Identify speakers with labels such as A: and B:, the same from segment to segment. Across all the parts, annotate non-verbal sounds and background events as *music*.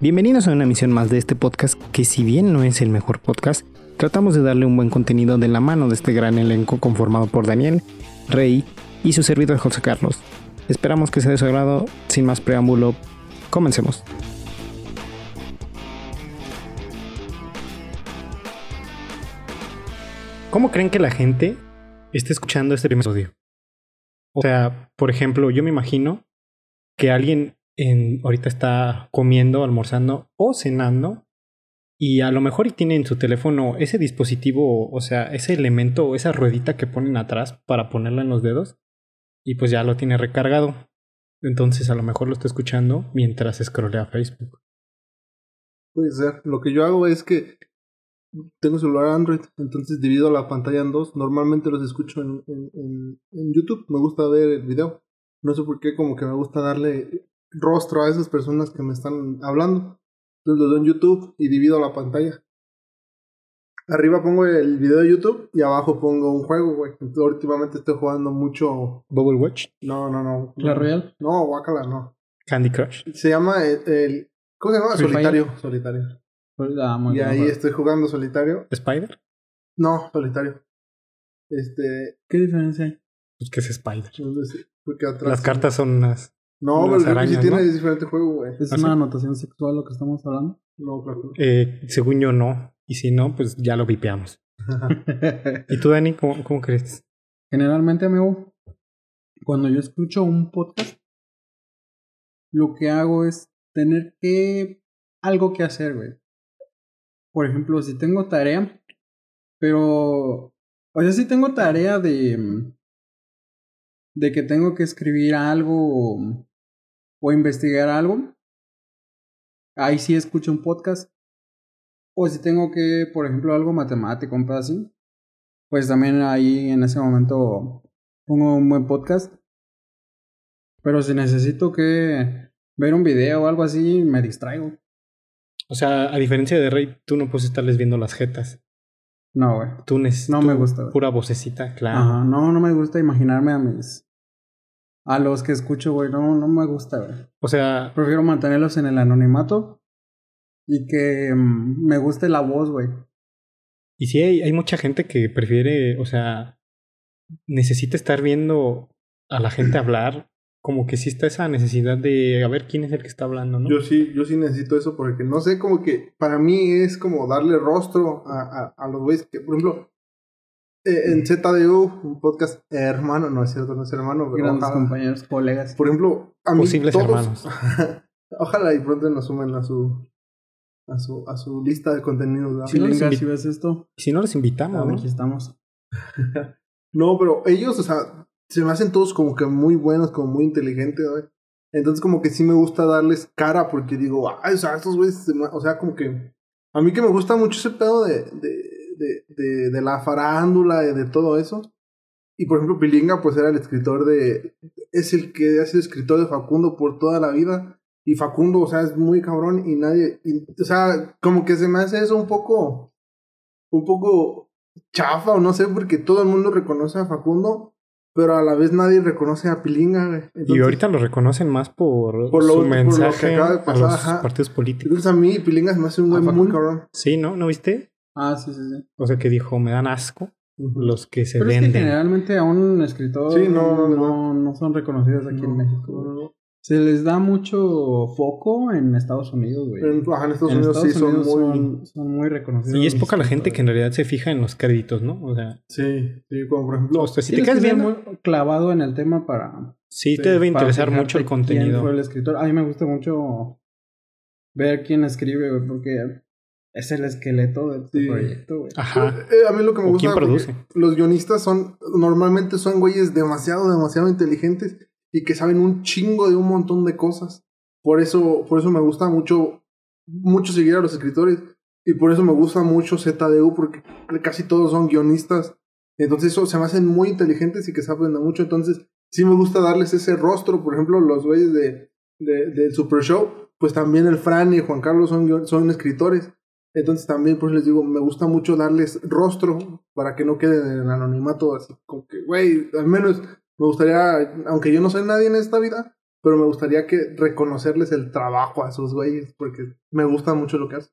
A: Bienvenidos a una emisión más de este podcast que si bien no es el mejor podcast, tratamos de darle un buen contenido de la mano de este gran elenco conformado por Daniel, Rey y su servidor José Carlos. Esperamos que sea de su agrado, sin más preámbulo, comencemos. ¿Cómo creen que la gente esté escuchando este primer episodio? O sea, por ejemplo, yo me imagino que alguien en- ahorita está comiendo, almorzando o cenando y a lo mejor y tiene en su teléfono ese dispositivo, o sea, ese elemento o esa ruedita que ponen atrás para ponerla en los dedos y pues ya lo tiene recargado. Entonces a lo mejor lo está escuchando mientras escrolea Facebook.
B: Puede ser. Lo que yo hago es que tengo celular Android, entonces divido la pantalla en dos. Normalmente los escucho en, en- en- en YouTube. Me gusta ver el video. No sé por qué, como que me gusta darle rostro a esas personas que me están hablando. Entonces lo doy en YouTube y divido la pantalla. Arriba pongo el video de YouTube y abajo pongo un juego, güey. Entonces, últimamente estoy jugando mucho.
A: Bubble Watch,
B: No, no, no.
C: La Royal.
B: No, guácala, no.
A: Candy Crush.
B: Se llama el. el- ¿Cómo se llama?
C: Free
B: Solitario.
C: Fire.
B: Solitario.
C: Ah, muy
B: Y
C: bueno,
B: ahí
C: bueno.
B: estoy jugando solitario.
A: Spider.
B: No, solitario. Este,
C: ¿Qué diferencia hay?
A: Pues que es Spider.
B: no sé, porque atrás.
A: Las cartas son unas...
B: No,
A: las
B: pero creo que sí
A: arañas,
B: tiene
A: ¿no?
B: diferente juego, güey.
C: ¿Es
A: Ah,
C: una
A: sí.
C: anotación sexual lo que estamos
B: *laughs*
C: hablando?
B: No, claro. que
A: eh, según yo no. Y si no, pues ya lo vipeamos.
B: no.
A: ¿Y tú, Dani, cómo, cómo crees?
C: Generalmente, amigo, cuando yo escucho un podcast, lo que hago es tener que algo que hacer, güey. Por ejemplo, si tengo tarea, pero o sea, si tengo tarea de mm, de que tengo que escribir algo o, o investigar algo, ahí sí escucho un podcast. O si tengo que, por ejemplo, algo matemático, un pedo así, pues también ahí en ese momento pongo un buen podcast. Pero si necesito que ver un video o algo así, me distraigo.
A: O sea, a diferencia de Rey, tú no puedes estarles viendo las jetas.
C: No, güey.
A: Tú neces-
C: No
A: tú
C: me gusta, güey.
A: Pura vocecita, claro.
C: Ajá, no, no me gusta imaginarme a mis... A los que escucho, güey. No, no me gusta, güey.
A: O sea,
C: Prefiero mantenerlos en el anonimato y que mm, me guste la voz, güey.
A: y sí hay, hay mucha gente que prefiere, o sea, necesita estar viendo a la
B: *clears throat*
A: gente hablar. Como que sí está esa necesidad de a ver quién es el que está hablando, ¿no?
B: Yo sí, yo sí necesito eso porque no sé, como que para mí es como darle rostro a, a, a los güeyes que, por ejemplo, eh, en ZDU, un podcast hermano, no es cierto, no es hermano, pero
C: Grandes
B: ojalá.
C: compañeros, colegas.
B: Por ejemplo, a mí
A: Posibles
B: todos-
A: hermanos.
B: *laughs* ojalá y pronto nos sumen a su a su a su lista de contenidos. ¿verdad?
A: Sí, los
C: Chilinga,
A: invi-
C: si ves esto,
A: Y Si no los invitamos, ¿no?
C: aquí estamos.
B: No, pero ellos, o sea, se me hacen todos como que muy buenos, como muy inteligentes, güey. Entonces, como que sí me gusta darles cara porque digo, ay, o sea, estos güeyes, se me- o sea, como que. A mí que me gusta mucho ese pedo de, de, de, de, de la farándula y de todo eso. Y por ejemplo, Pilinga, pues era el escritor de. Es el que ha sido escritor de Facundo por toda la vida. Y Facundo, o sea, es muy cabrón y nadie. y- o sea, como que se me hace eso un poco. Un poco chafa o no sé, porque todo el mundo reconoce a Facundo, pero a la vez nadie reconoce a Pilinga, güey.
A: y
B: Entonces,
A: ahorita lo reconocen más por,
B: Por lo-
A: su
B: por lo que
A: mensaje
B: acaba de pasar,
A: a los
B: ajá.
A: partidos políticos.
B: entonces a mí Pilinga se me hace un
C: ¿A
B: güey muy
C: Facundo?
B: cabrón.
A: Sí, ¿no? ¿No viste?
C: Ah, sí, sí, sí.
A: O sea, que dijo, me dan asco los que se
C: Pero es que
A: venden.
C: generalmente a un escritor
B: Sí, no, no,
C: no,
B: no.
C: no son reconocidos aquí en
B: No,
C: México.
B: no, no.
C: Se les da mucho foco en Estados Unidos, güey.
B: En, ajá, en Estados
C: En
B: Unidos sí son
C: Estados Unidos
B: muy.
C: son, son muy reconocidos.
A: y es poca la gente que en
C: escritores.
A: realidad se fija en los créditos, ¿no? O sea,
B: Sí, sí, como por ejemplo.
A: o sea, si te
C: Tienes
A: quedas
C: que ser
A: bien,
C: muy clavado en el tema para...
A: sí te
B: sí,
A: debe
C: para
A: interesar
C: fijarte
A: mucho el
C: ¿Quién
A: contenido.
C: fue el escritor? A mí me gusta mucho ver quién escribe, güey, porque es el esqueleto de tu
B: Sí.
C: proyecto, güey.
A: Ajá.
B: Eh, a mí lo que me
A: ¿O
B: gusta.
A: quién
B: porque
A: produce?
B: Los guionistas son. Normalmente son güeyes demasiado, demasiado inteligentes y que saben un chingo de un montón de cosas. Por eso, por eso me gusta mucho. Mucho seguir a los escritores. Y por eso me gusta mucho ZDU, porque casi todos son guionistas. Entonces, eso se me hacen muy inteligentes y que saben de mucho. Entonces, sí me gusta darles ese rostro. Por ejemplo, los güeyes de, de- del Super Show, pues también el Fran y Juan Carlos son, guion- son escritores. Entonces, también, pues les digo, me gusta mucho darles rostro para que no queden en el anonimato. Así como que, güey, al menos me gustaría, aunque yo no soy nadie en esta vida, Pero me gustaría que reconocerles el trabajo a esos güeyes, porque me gusta mucho lo que hacen.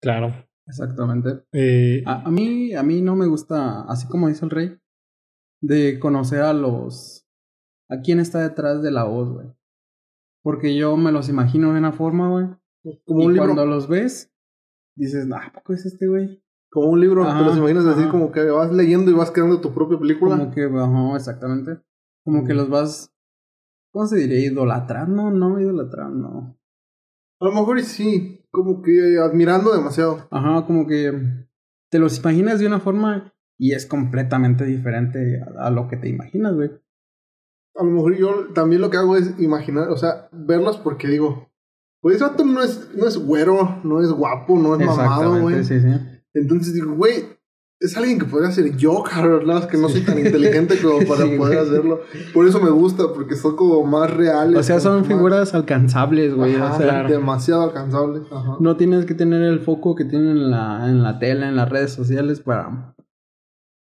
A: Claro.
C: Exactamente.
A: Eh,
C: A, a mí, a mí no me gusta, así como dice el rey, de conocer a los... a quién está detrás de la voz, güey. Porque yo me los imagino de una forma, güey.
B: Como
C: y
B: un libro.
C: cuando los ves, dices, nah, ¿a poco es este güey?
B: Como un libro,
C: Ajá,
B: te los imaginas así
C: ajá.
B: como que vas leyendo y vas creando tu propia película.
C: Como que, ajá, exactamente. Como
B: Mm.
C: que los vas, ¿cómo se diría? Idolatrando, no, idolatrando.
B: A lo mejor y sí, como que admirando demasiado.
C: Ajá, como que te los imaginas de una forma y es completamente diferente a, a lo que te imaginas, güey.
B: A lo mejor yo también lo que hago es imaginar, o sea, verlos porque digo, pues ese vato no es, no es güero, no es guapo, no es mamado, güey.
C: sí, sí.
B: Entonces digo, güey, es alguien que podría ser yo, Carlos, la verdad es que no soy tan inteligente como
C: *laughs*
B: para
C: Sí,
B: poder
C: güey.
B: hacerlo. Por eso me gusta, porque son como más reales.
C: O sea, son
B: como
C: figuras alcanzables,
B: más-
C: güey.
B: Ajá,
C: o sea,
B: demasiado alcanzables. Ajá.
C: no tienes que tener el foco que tienen en la, en la tela, en las redes sociales para,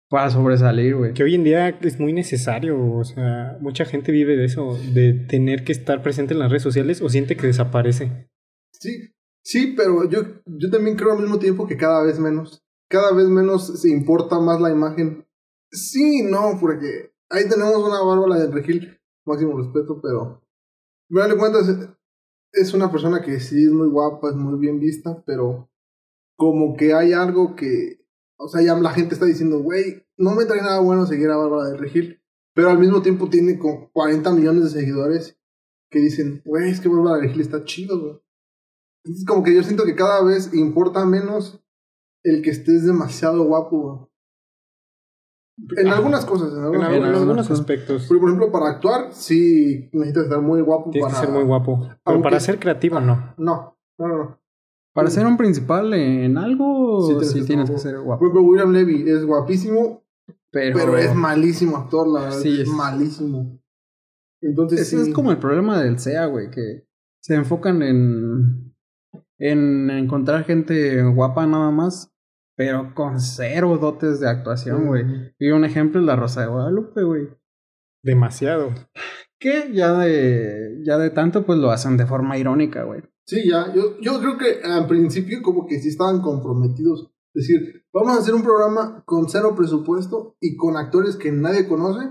C: para sobresalir, güey.
A: que hoy en día es muy necesario, o sea, mucha gente vive de eso, de tener que estar presente en las redes sociales o siente que desaparece.
B: Sí, sí, pero yo, yo también creo al mismo tiempo que cada vez menos. Cada vez menos se importa más la imagen. Sí, no, porque ahí tenemos una Bárbara de Regil, máximo respeto, pero. Me dale cuenta, es- es una persona que sí es muy guapa, es muy bien vista, pero como que hay algo que. O sea, ya la gente está diciendo, güey, no me trae nada bueno seguir a Bárbara de Regil, pero al mismo tiempo tiene como 40 millones de seguidores que dicen, güey, es que Bárbara de Regil está chido, güey. Entonces, como que yo siento que cada vez importa menos el que estés demasiado guapo. güey. En
A: Ajá.
B: algunas cosas, en
A: En,
B: algunas
A: algu- en
B: cosas.
A: algunos
C: razón.
A: aspectos
B: Porque, por ejemplo, para actuar, sí necesitas estar muy guapo.
A: tienes
B: para...
A: que ser muy guapo, pero
B: aunque-
A: para ser creativo no.
B: No, no, no. no.
C: Para ser un principal en algo,
B: Sí,
C: sí
B: tienes
C: tienes,
B: que ser
C: que
B: guapo.
C: ser
B: Por
C: guapo.
B: ejemplo, William Levy es guapísimo,
C: Pero,
B: pero, es malísimo actor, la verdad.
C: Sí,
B: es
C: es-
B: malísimo. Entonces,
C: Ese
B: sí,
C: es como el problema del SEA, güey, que se enfocan en, en encontrar gente guapa nada más, pero con cero dotes de actuación, güey. Y un ejemplo es la Rosa de Guadalupe, güey.
A: Demasiado.
C: Que ya de, ya de tanto, pues lo hacen de forma irónica, güey.
B: Sí, ya. Yo, yo creo que al principio como que sí estaban comprometidos. Es decir, vamos a hacer un programa con cero presupuesto y con actores que nadie conoce.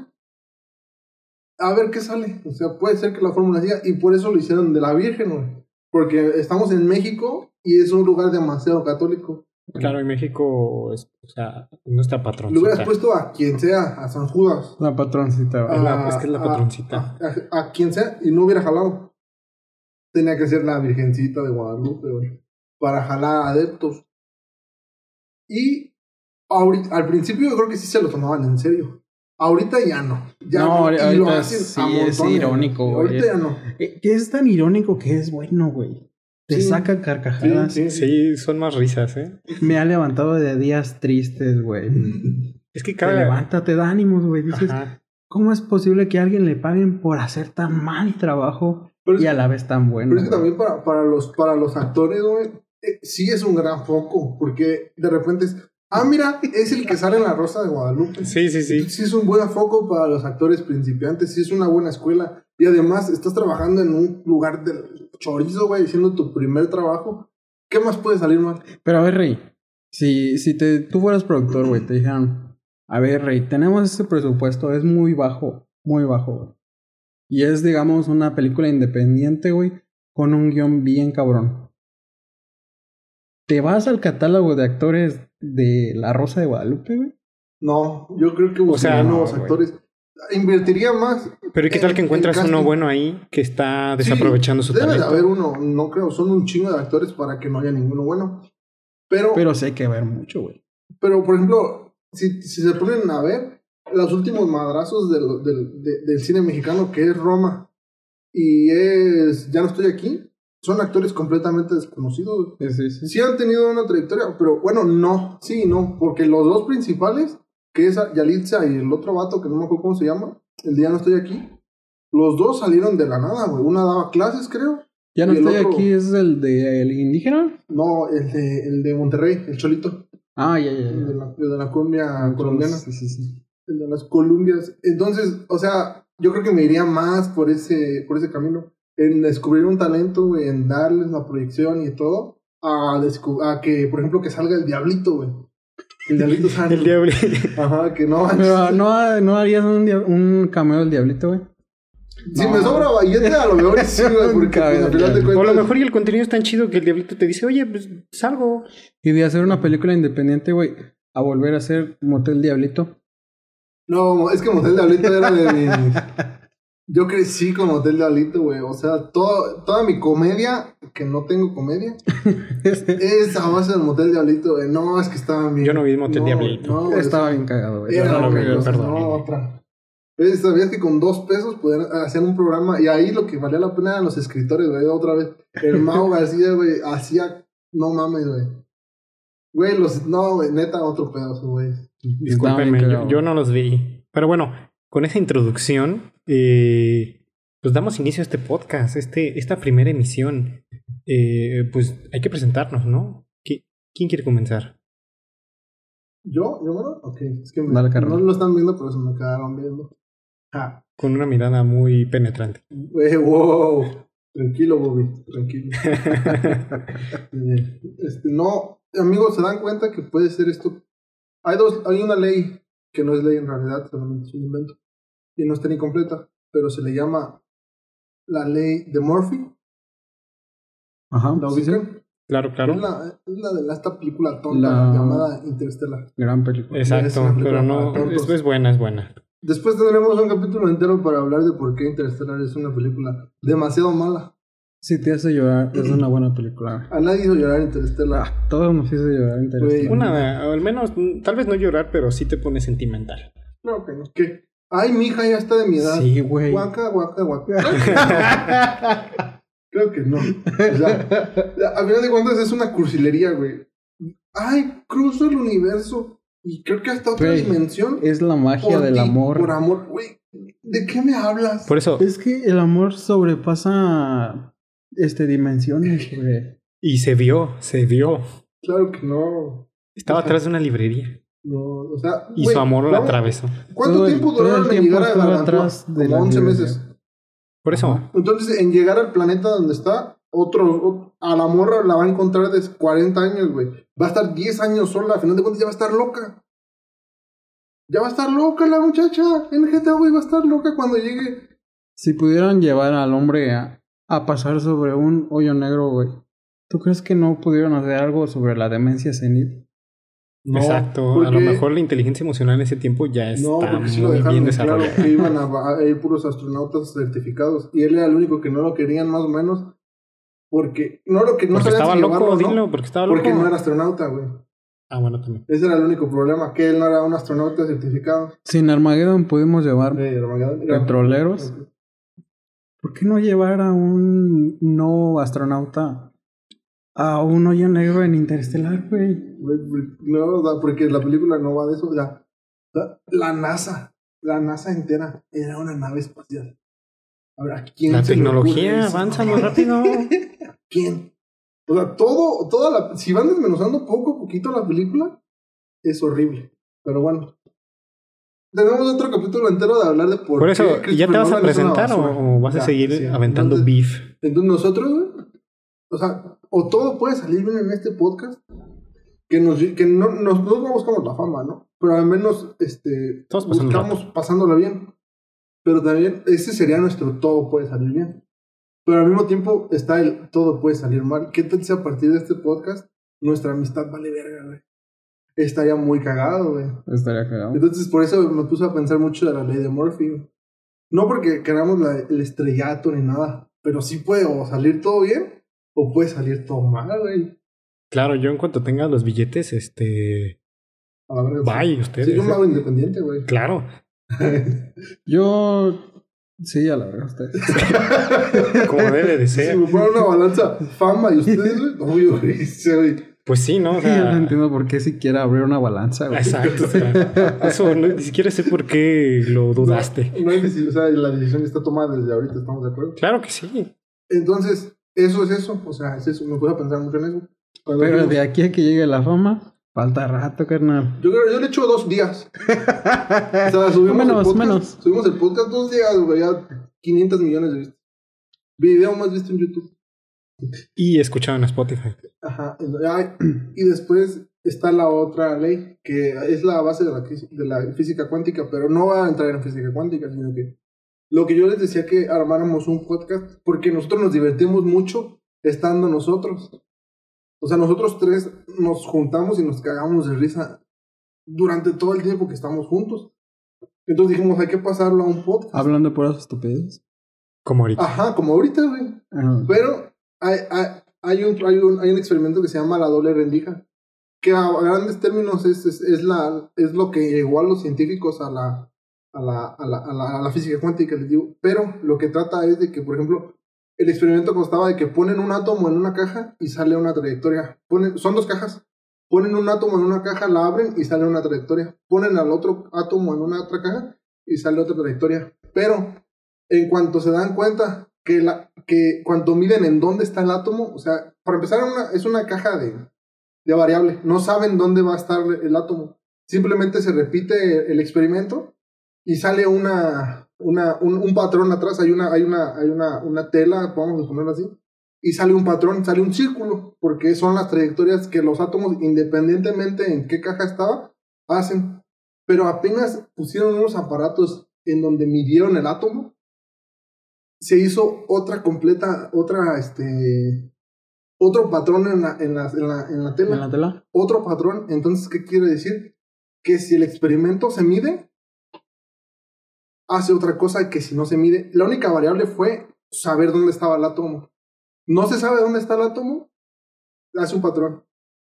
B: A ver qué sale. O sea, puede ser que la fórmula siga y por eso lo hicieron de la Virgen, güey. Porque estamos en México y es un lugar demasiado católico.
A: Claro, en México, es, o sea, no está patrón.
B: Le hubieras puesto a quien sea, a San Judas.
C: La patroncita, güey.
A: Ah. la-
B: a-
A: es que es la
B: a-
C: Ah.
A: patroncita.
B: A, a quien sea y no hubiera jalado. Tenía que ser la Virgencita de Guadalupe, güey, Para jalar adeptos. Y ahori- al principio yo creo que sí se lo tomaban en serio. Ahorita ya no. Ya
C: No,
B: y
C: ahorita
B: lo hacen
C: sí
B: a
C: es
B: montones.
C: irónico, güey.
B: Ahorita ya
C: *laughs*
B: no.
C: Eh, Que es tan irónico que es bueno, güey. Te
B: Sí.
C: saca carcajadas.
A: Sí, son más risas, ¿eh?
C: Me ha levantado de días tristes, güey.
A: Es que
C: Te
A: cada...
C: levanta, te da ánimos, güey. Dices,
A: Ajá.
C: ¿cómo es posible que a alguien le paguen por hacer tan mal trabajo
B: Pero es-
C: y a la vez tan bueno?
B: Pero es que
C: güey?
B: también para, para, los, para los actores, güey, eh, sí es un gran foco, porque de repente es, ah, mira, es el que sale en La Rosa de Guadalupe.
A: Sí, sí, sí.
B: Entonces, sí es un buen foco para los actores principiantes, sí es una buena escuela. Y además, estás trabajando en un lugar del chorizo, güey, haciendo tu primer trabajo. ¿Qué más puede salir mal?
C: Pero a ver, Rey, si, si te, tú fueras productor, güey, te dijeran, a ver, Rey, tenemos este presupuesto, es muy bajo, muy bajo, güey. Y es, digamos, una película independiente, güey, con un guión bien cabrón. ¿Te vas al catálogo de actores de La Rosa de Guadalupe, güey?
B: No, yo creo que buscaría
A: sea, no,
B: nuevos
A: güey.
B: actores. Invertiría más.
A: Pero ¿y qué tal que
B: en- en
A: encuentras uno
B: casting.
A: bueno ahí que está
B: Sí,
A: desaprovechando su
B: Debe de
A: talento?
B: haber uno, no creo, son un chingo de actores para que no haya ninguno bueno. Pero, pero,
C: Pero sé que ver mucho, güey.
B: por ejemplo, si, si se ponen a ver los últimos madrazos del, del- de- del cine mexicano, que es Roma y es Ya no estoy aquí, son actores completamente desconocidos. güey.
C: Sí, sí, sí.
B: Sí han tenido una trayectoria, pero bueno, no, sí, no, porque los dos principales, que es Yalitza y el otro vato que no me acuerdo cómo se llama, el día no estoy aquí, los dos salieron de la nada, güey. Una daba clases, creo.
C: Ya no
B: Y el
C: estoy
B: otro-
C: aquí, es el de El Indígena.
B: No, el de, el de Monterrey, el Cholito,
C: Ah, ya, ya,
B: el *laughs* de
C: ya.
B: la, el de la cumbia colombiana,
C: Sí, sí, sí.
B: el de las Columbias. Entonces, o sea, yo creo que me iría más por ese, por ese camino. En descubrir un talento, güey, en darles la proyección y todo. A, descu- a que, por ejemplo, que salga el diablito, güey. El diablito sale.
A: *laughs* El diablo.
B: *laughs* Ajá, que no. *laughs*
C: Pero ah, no, no harías un, dia- un cameo del diablito, güey.
B: Si
C: No.
B: me sobra billete, a lo mejor sí, güey, porque pues, al final de
A: *laughs* O a lo
B: cuentas.
A: mejor y el contenido es tan chido que el diablito te dice, oye, pues salgo.
C: Y de hacer una película independiente, güey, a volver a hacer Motel Diablito.
B: No, es que Motel Diablito era de mi. Yo crecí con Motel Diablito, güey. O sea, todo, toda mi comedia, que no tengo comedia, es a base del Motel Diablito, güey. No, es que estaban bien.
A: Yo no vi Motel
B: No,
A: Diablito.
B: *laughs* No, güey,
C: Estaba bien cagado, güey.
B: Era
A: Yo no lo vi,
B: güey, o sea,
A: perdón.
B: No, otra. Es, Sabías que con dos pesos podían hacer un programa. Y ahí lo que valía la pena eran los escritores, güey. Otra vez. El Mau García, güey, hacía. No mames, güey. Güey, los. No, güey, neta, otro pedazo, güey.
C: Estaba bien
A: Discúlpenme,
C: cagado,
A: yo, yo
C: güey.
A: no los vi. Pero bueno, con esa introducción, eh, pues damos inicio a este podcast, este, esta primera emisión. Eh, pues hay que presentarnos, ¿no? ¿Qui- ¿Quién quiere comenzar?
B: ¿Yo? ¿Yo, bueno? Ok. Es que me-
C: Dale, carnal.
B: no lo están viendo, pero se me quedaron viendo. Ja.
A: Con una mirada muy penetrante. *laughs*
B: Güey, *laughs* wow. Tranquilo, Bobby. Tranquilo. Eh, este, no, amigos, se dan cuenta que puede ser esto. Hay dos, hay una ley que no es ley en realidad, solamente es un invento y no está ni completa, pero se le llama la ley de Murphy.
C: Ajá.
B: ¿La
C: sí, sí.
B: ubican?
A: Claro, claro.
B: Es, la, es la de la- esta película tonta
C: La-
B: llamada Interstellar.
C: Gran película.
B: es
A: Exacto,
B: una película
A: pero
B: para
A: no,
B: tontos.
A: es, es buena, es buena.
B: Después tendremos un capítulo entero para hablar de por qué Interstellar es una película demasiado mala.
C: Si te hace llorar, es una buena película. güey.
B: A nadie hizo llorar Interstellar.
C: Ah, todos nos hizo llorar. interesante.
A: Una, al menos, mm, tal vez no llorar, pero sí te pone sentimental.
B: No, que no. ¿Qué? Ay, mi hija ya está de mi edad.
C: Sí, Ah, güey.
B: Guaca, guaca, guaca. *laughs* Creo que no. O sea, ya, a final de cuentas es una cursilería, güey. Ay, cruzo el universo y creo que hasta otra
C: Güey,
B: dimensión.
C: Es la magia
B: por
C: del
B: ti,
C: amor. Pues
B: Por amor, güey. ¿De qué me hablas?
A: Por eso,
C: Es que el amor sobrepasa
B: *laughs*
C: este dimensiones, güey.
A: y se vio, se vio.
B: Claro que no.
A: Estaba atrás de una librería
B: No, o sea.
A: y
B: güey,
A: su amor la
B: vamos,
A: atravesó.
B: ¿Cuánto
C: Todo el-
B: tiempo
C: todo el
B: duraron en
C: tiempo
B: llegar a
C: estuvo
B: Garantúa?
C: atrás de
B: Como
C: la
B: 11
C: librería.
B: meses.
A: Por eso,
C: Ajá.
B: Entonces, en llegar al planeta donde está, otro, o- a la morra la va a encontrar de 40 años, güey. Va a estar 10 años sola, a final de cuentas ya va a estar loca. Ya va a estar loca la muchacha. En GTA, güey, va a estar loca cuando llegue.
C: Si pudieran llevar al hombre a, a pasar sobre un hoyo negro, güey. ¿Tú crees que no pudieron hacer algo sobre la demencia senil?
B: No,
A: Exacto, a lo
B: porque-
A: mejor la inteligencia emocional en ese tiempo ya está
B: No, porque sí lo
A: muy bien
B: dejaron claro
A: desarrollada.
B: que iban a, va- a ir puros astronautas certificados. Y él era el único que no lo querían, más o menos. Porque no lo que no
A: porque
B: sabían
A: estaba
B: si
A: loco,
B: llevarlo o no,
A: dilo, porque estaba loco.
B: Porque no era astronauta, güey.
A: Ah, bueno, también.
B: Ese era el único problema, que él no era un astronauta certificado.
C: Sin Armageddon pudimos llevar
B: Eh, Armagedón, era-
C: petroleros. ¿Por qué no llevar a un no astronauta a un hoyo negro en Interestelar, güey?
B: Güey, por- No, da- porque la película no va de eso. La, la, la NASA, la NASA entera era una nave espacial. Ahora, ¿quién?
A: La
B: se le ocurre
A: tecnología
B: eso?
A: avanza muy rápido.
B: ¿Quién? O sea, todo, toda la. Si van desmenuzando poco a poquito la película, es horrible. Pero bueno. Tenemos otro capítulo entero de hablar de *laughs* por,
A: Por
B: qué
A: eso,
B: Christopher
A: ¿ya te vas a
B: Nolan es una
A: presentar
B: basura.
A: o, o vas a
B: Ya,
A: seguir
B: sí.
A: aventando
B: Entonces-
A: beef?
B: Entonces nosotros, güey, o sea, o todo puede salir bien en este podcast, que nos, que no, nos- nosotros no buscamos la fama, ¿no? Pero al menos, este,
A: Estamos pasando el
B: buscamos pasándola bien. Pero también, ese sería nuestro todo puede salir bien. Pero al mismo tiempo está el todo puede salir mal. ¿Qué tal si a partir de este podcast nuestra amistad vale verga, güey? Estaría muy cagado, güey.
C: Estaría cagado.
B: Entonces, por eso me puse a pensar mucho de la ley de Murphy. güey. No porque queramos la- el estrellato ni nada, pero sí puede o salir todo bien o puede salir todo mal, güey.
A: Claro, yo en cuanto tenga los billetes, este.
B: A la verga.
A: Bye,
B: Sí,
A: ustedes.
B: Sí, yo me hago independiente, güey.
A: Claro.
B: *laughs*
C: Yo. Sí, a la verdad, *laughs* ustedes.
A: Como debe de
B: *laughs* Si
A: ser.
B: me fuera una balanza fama y ustedes, güey, no, yo güey, sí, güey.
A: Pues sí, ¿no? O
C: yo no
A: sea,
C: entiendo por qué siquiera abrir una balanza, güey.
A: exacto. o sea,
B: *laughs*
A: eso no- ni siquiera sé por qué lo dudaste.
B: No hay decisión, o sea, la decisión está tomada desde ahorita, estamos de acuerdo.
A: Claro que sí.
B: Entonces, eso es eso, o sea, es eso, me puse a pensar mucho en eso. Cuando
C: Pero
B: dijimos,
C: de aquí a que llegue la fama, Falta rato, carnal.
B: Yo creo, yo le echo dos días. O
C: *laughs*
B: sea, subimos el
C: Menos,
B: podcast,
C: menos.
B: Subimos el podcast dos días, güey. Ya 500 millones de vistas. Video más visto en YouTube.
A: Y escuchado en Spotify.
B: Ajá. Ay, *clears throat* Y después está la otra ley, que es la base de la, quis- de la física cuántica, pero no va a entrar en física cuántica, sino que lo que yo les decía que armáramos un podcast, porque nosotros nos divertimos mucho estando nosotros. O sea, nosotros tres nos juntamos y nos cagamos de risa durante todo el tiempo que estamos juntos. Entonces dijimos, hay que pasarlo a un podcast.
C: Hablando por esas estupideces.
A: Como ahorita.
B: Ajá, como ahorita, güey.
C: Ah,
B: Pero hay, hay, hay un, hay, un, hay un experimento que se llama la doble rendija, que a grandes términos es, es, es la, es lo que llegó a los científicos a la, a, la, a, la, a, la, a la física cuántica, les digo. Pero lo que trata es de que, por ejemplo, el experimento constaba de que ponen un átomo en una caja y sale una trayectoria. Ponen, son dos cajas. Ponen un átomo en una caja, la abren y sale una trayectoria. Ponen al otro átomo en una otra caja y sale otra trayectoria. Pero en cuanto se dan cuenta que, la, que cuando miden en dónde está el átomo, o sea, para empezar una, es una caja de, de variable, no saben dónde va a estar el átomo, simplemente se repite el experimento y sale una, una, un, un patrón atrás, hay una, hay una, hay una, una tela, podemos ponerlo así, y sale un patrón, sale un círculo, porque son las trayectorias que los átomos, independientemente en qué caja estaba, hacen. Pero apenas pusieron unos aparatos en donde midieron el átomo, se hizo otra completa, otra, este, otro patrón en la, en la, en la, en la tela
C: ¿En la tela?
B: otro patrón. Entonces, ¿qué quiere decir? Que si el experimento se mide, hace otra cosa que si no se mide. La única variable fue saber dónde estaba el átomo. No se sabe dónde está el átomo, hace un patrón.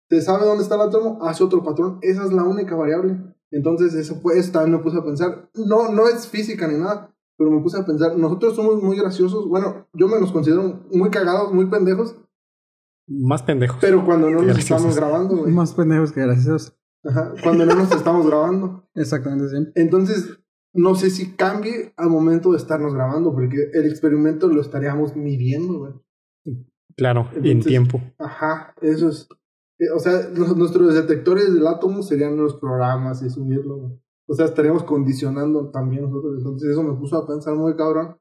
B: Se sabe dónde está el átomo, hace otro patrón. Esa es la única variable. Entonces, eso, fue, eso también me puse a pensar. No, no es física ni nada, pero me puse a pensar. Nosotros somos muy graciosos. Bueno, yo me los considero muy cagados, muy pendejos,
A: Más pendejos.
B: pero cuando no nos
A: Graciosos.
B: estamos grabando, güey.
C: Más pendejos que graciosos.
B: Ajá, cuando
A: *laughs*
B: no nos estamos grabando.
C: Exactamente, sí.
B: Entonces, no sé si cambie al momento de estarnos grabando, porque el experimento lo estaríamos midiendo, güey.
A: claro, y en
B: Entonces-
A: tiempo.
B: Ajá, eso es. eh, O sea, los- nuestros detectores del átomo serían los programas y subirlo, güey. O sea, estaríamos condicionando también nosotros. Entonces, eso me puso a pensar muy cabrón.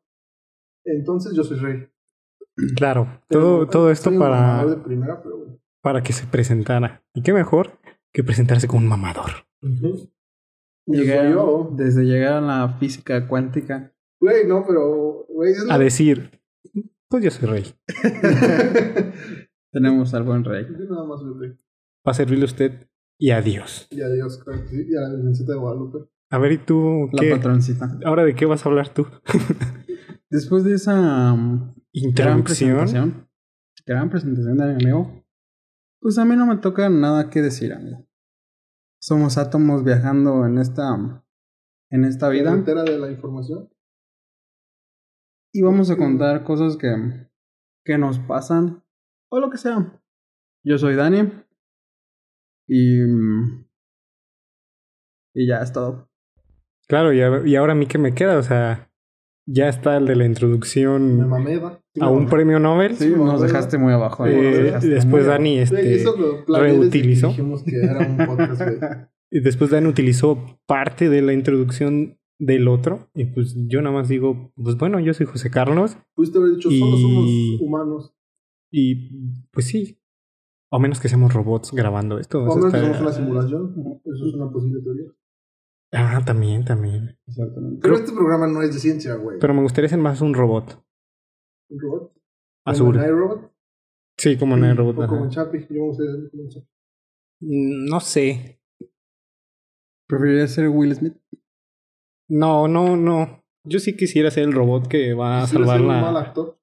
B: Entonces, yo soy rey.
A: Claro.
B: Pero
A: Todo,
B: no-
A: todo esto
B: soy un
A: para,
B: mamador de primera, pero bueno.
A: para que se presentara. Y qué mejor que presentarse con un mamador.
B: Y soy
C: Llegar-
B: yo.
C: Desde llegar a la física cuántica.
B: Güey, no, pero. Güey, es
A: A
B: la-
A: decir, pues yo soy rey.
C: Tenemos al buen rey.
B: *laughs* Yo nada más soy rey.
A: Va a servirle a usted y adiós.
B: Y adiós, claro que sí, y a la Virgencita de Guadalupe.
A: A ver, ¿y tú
C: La
A: qué?
C: patroncita.
A: ¿Ahora de qué vas a hablar tú?
C: Después de esa um, gran
A: Introducción.
C: presentación, gran presentación de mi amigo, pues a mí no me toca nada que decir, amigo. Somos átomos viajando en esta, um, en esta
B: vida
C: vida
B: entera de la información.
C: y vamos a contar cosas que, mm, que nos pasan o lo que sea. Yo soy Dani y, um, y ya es todo.
A: Claro, y, a- y ahora a mí qué me queda, o sea, ya está el de la
B: Me
A: introducción
B: mamé, ¿va? Sí,
A: a
B: me
A: un
B: mamé.
A: premio Nobel.
C: Sí, nos dejaste muy abajo. amigo, nos
A: Eh,
C: dejaste
A: después
C: muy
A: Dani, este,
B: Güey, eso lo planeé desde que
A: reutilizó.
B: Dijimos que era un podcast, güey.
A: *laughs* Y después Dan utilizó parte de la introducción del otro. Y pues yo nada más digo, pues bueno, yo soy José Carlos.
B: Pudiste haber dicho, solo
A: Y-
B: somos humanos.
A: Y pues sí. A menos que seamos robots grabando esto.
B: O a
A: eso
B: menos que
A: está-
B: somos una simulación. Eso es una posible teoría.
A: Ah, también, también.
C: Exactamente.
B: Pero este programa no es de ciencia, güey.
A: Pero me gustaría ser más un robot.
B: Un robot.
A: Azul.
B: Como en iRobot.
A: Sí, Ah, como un robot.
B: O
A: ajá.
B: como en Chapi. Yo no sé. como en Chapi.
A: Mm, No sé.
C: Preferiría ser Will Smith.
A: No, no, no. Yo sí quisiera ser el robot que va a
B: Quisiera
A: salvar
B: ser un
A: la...
B: mal actor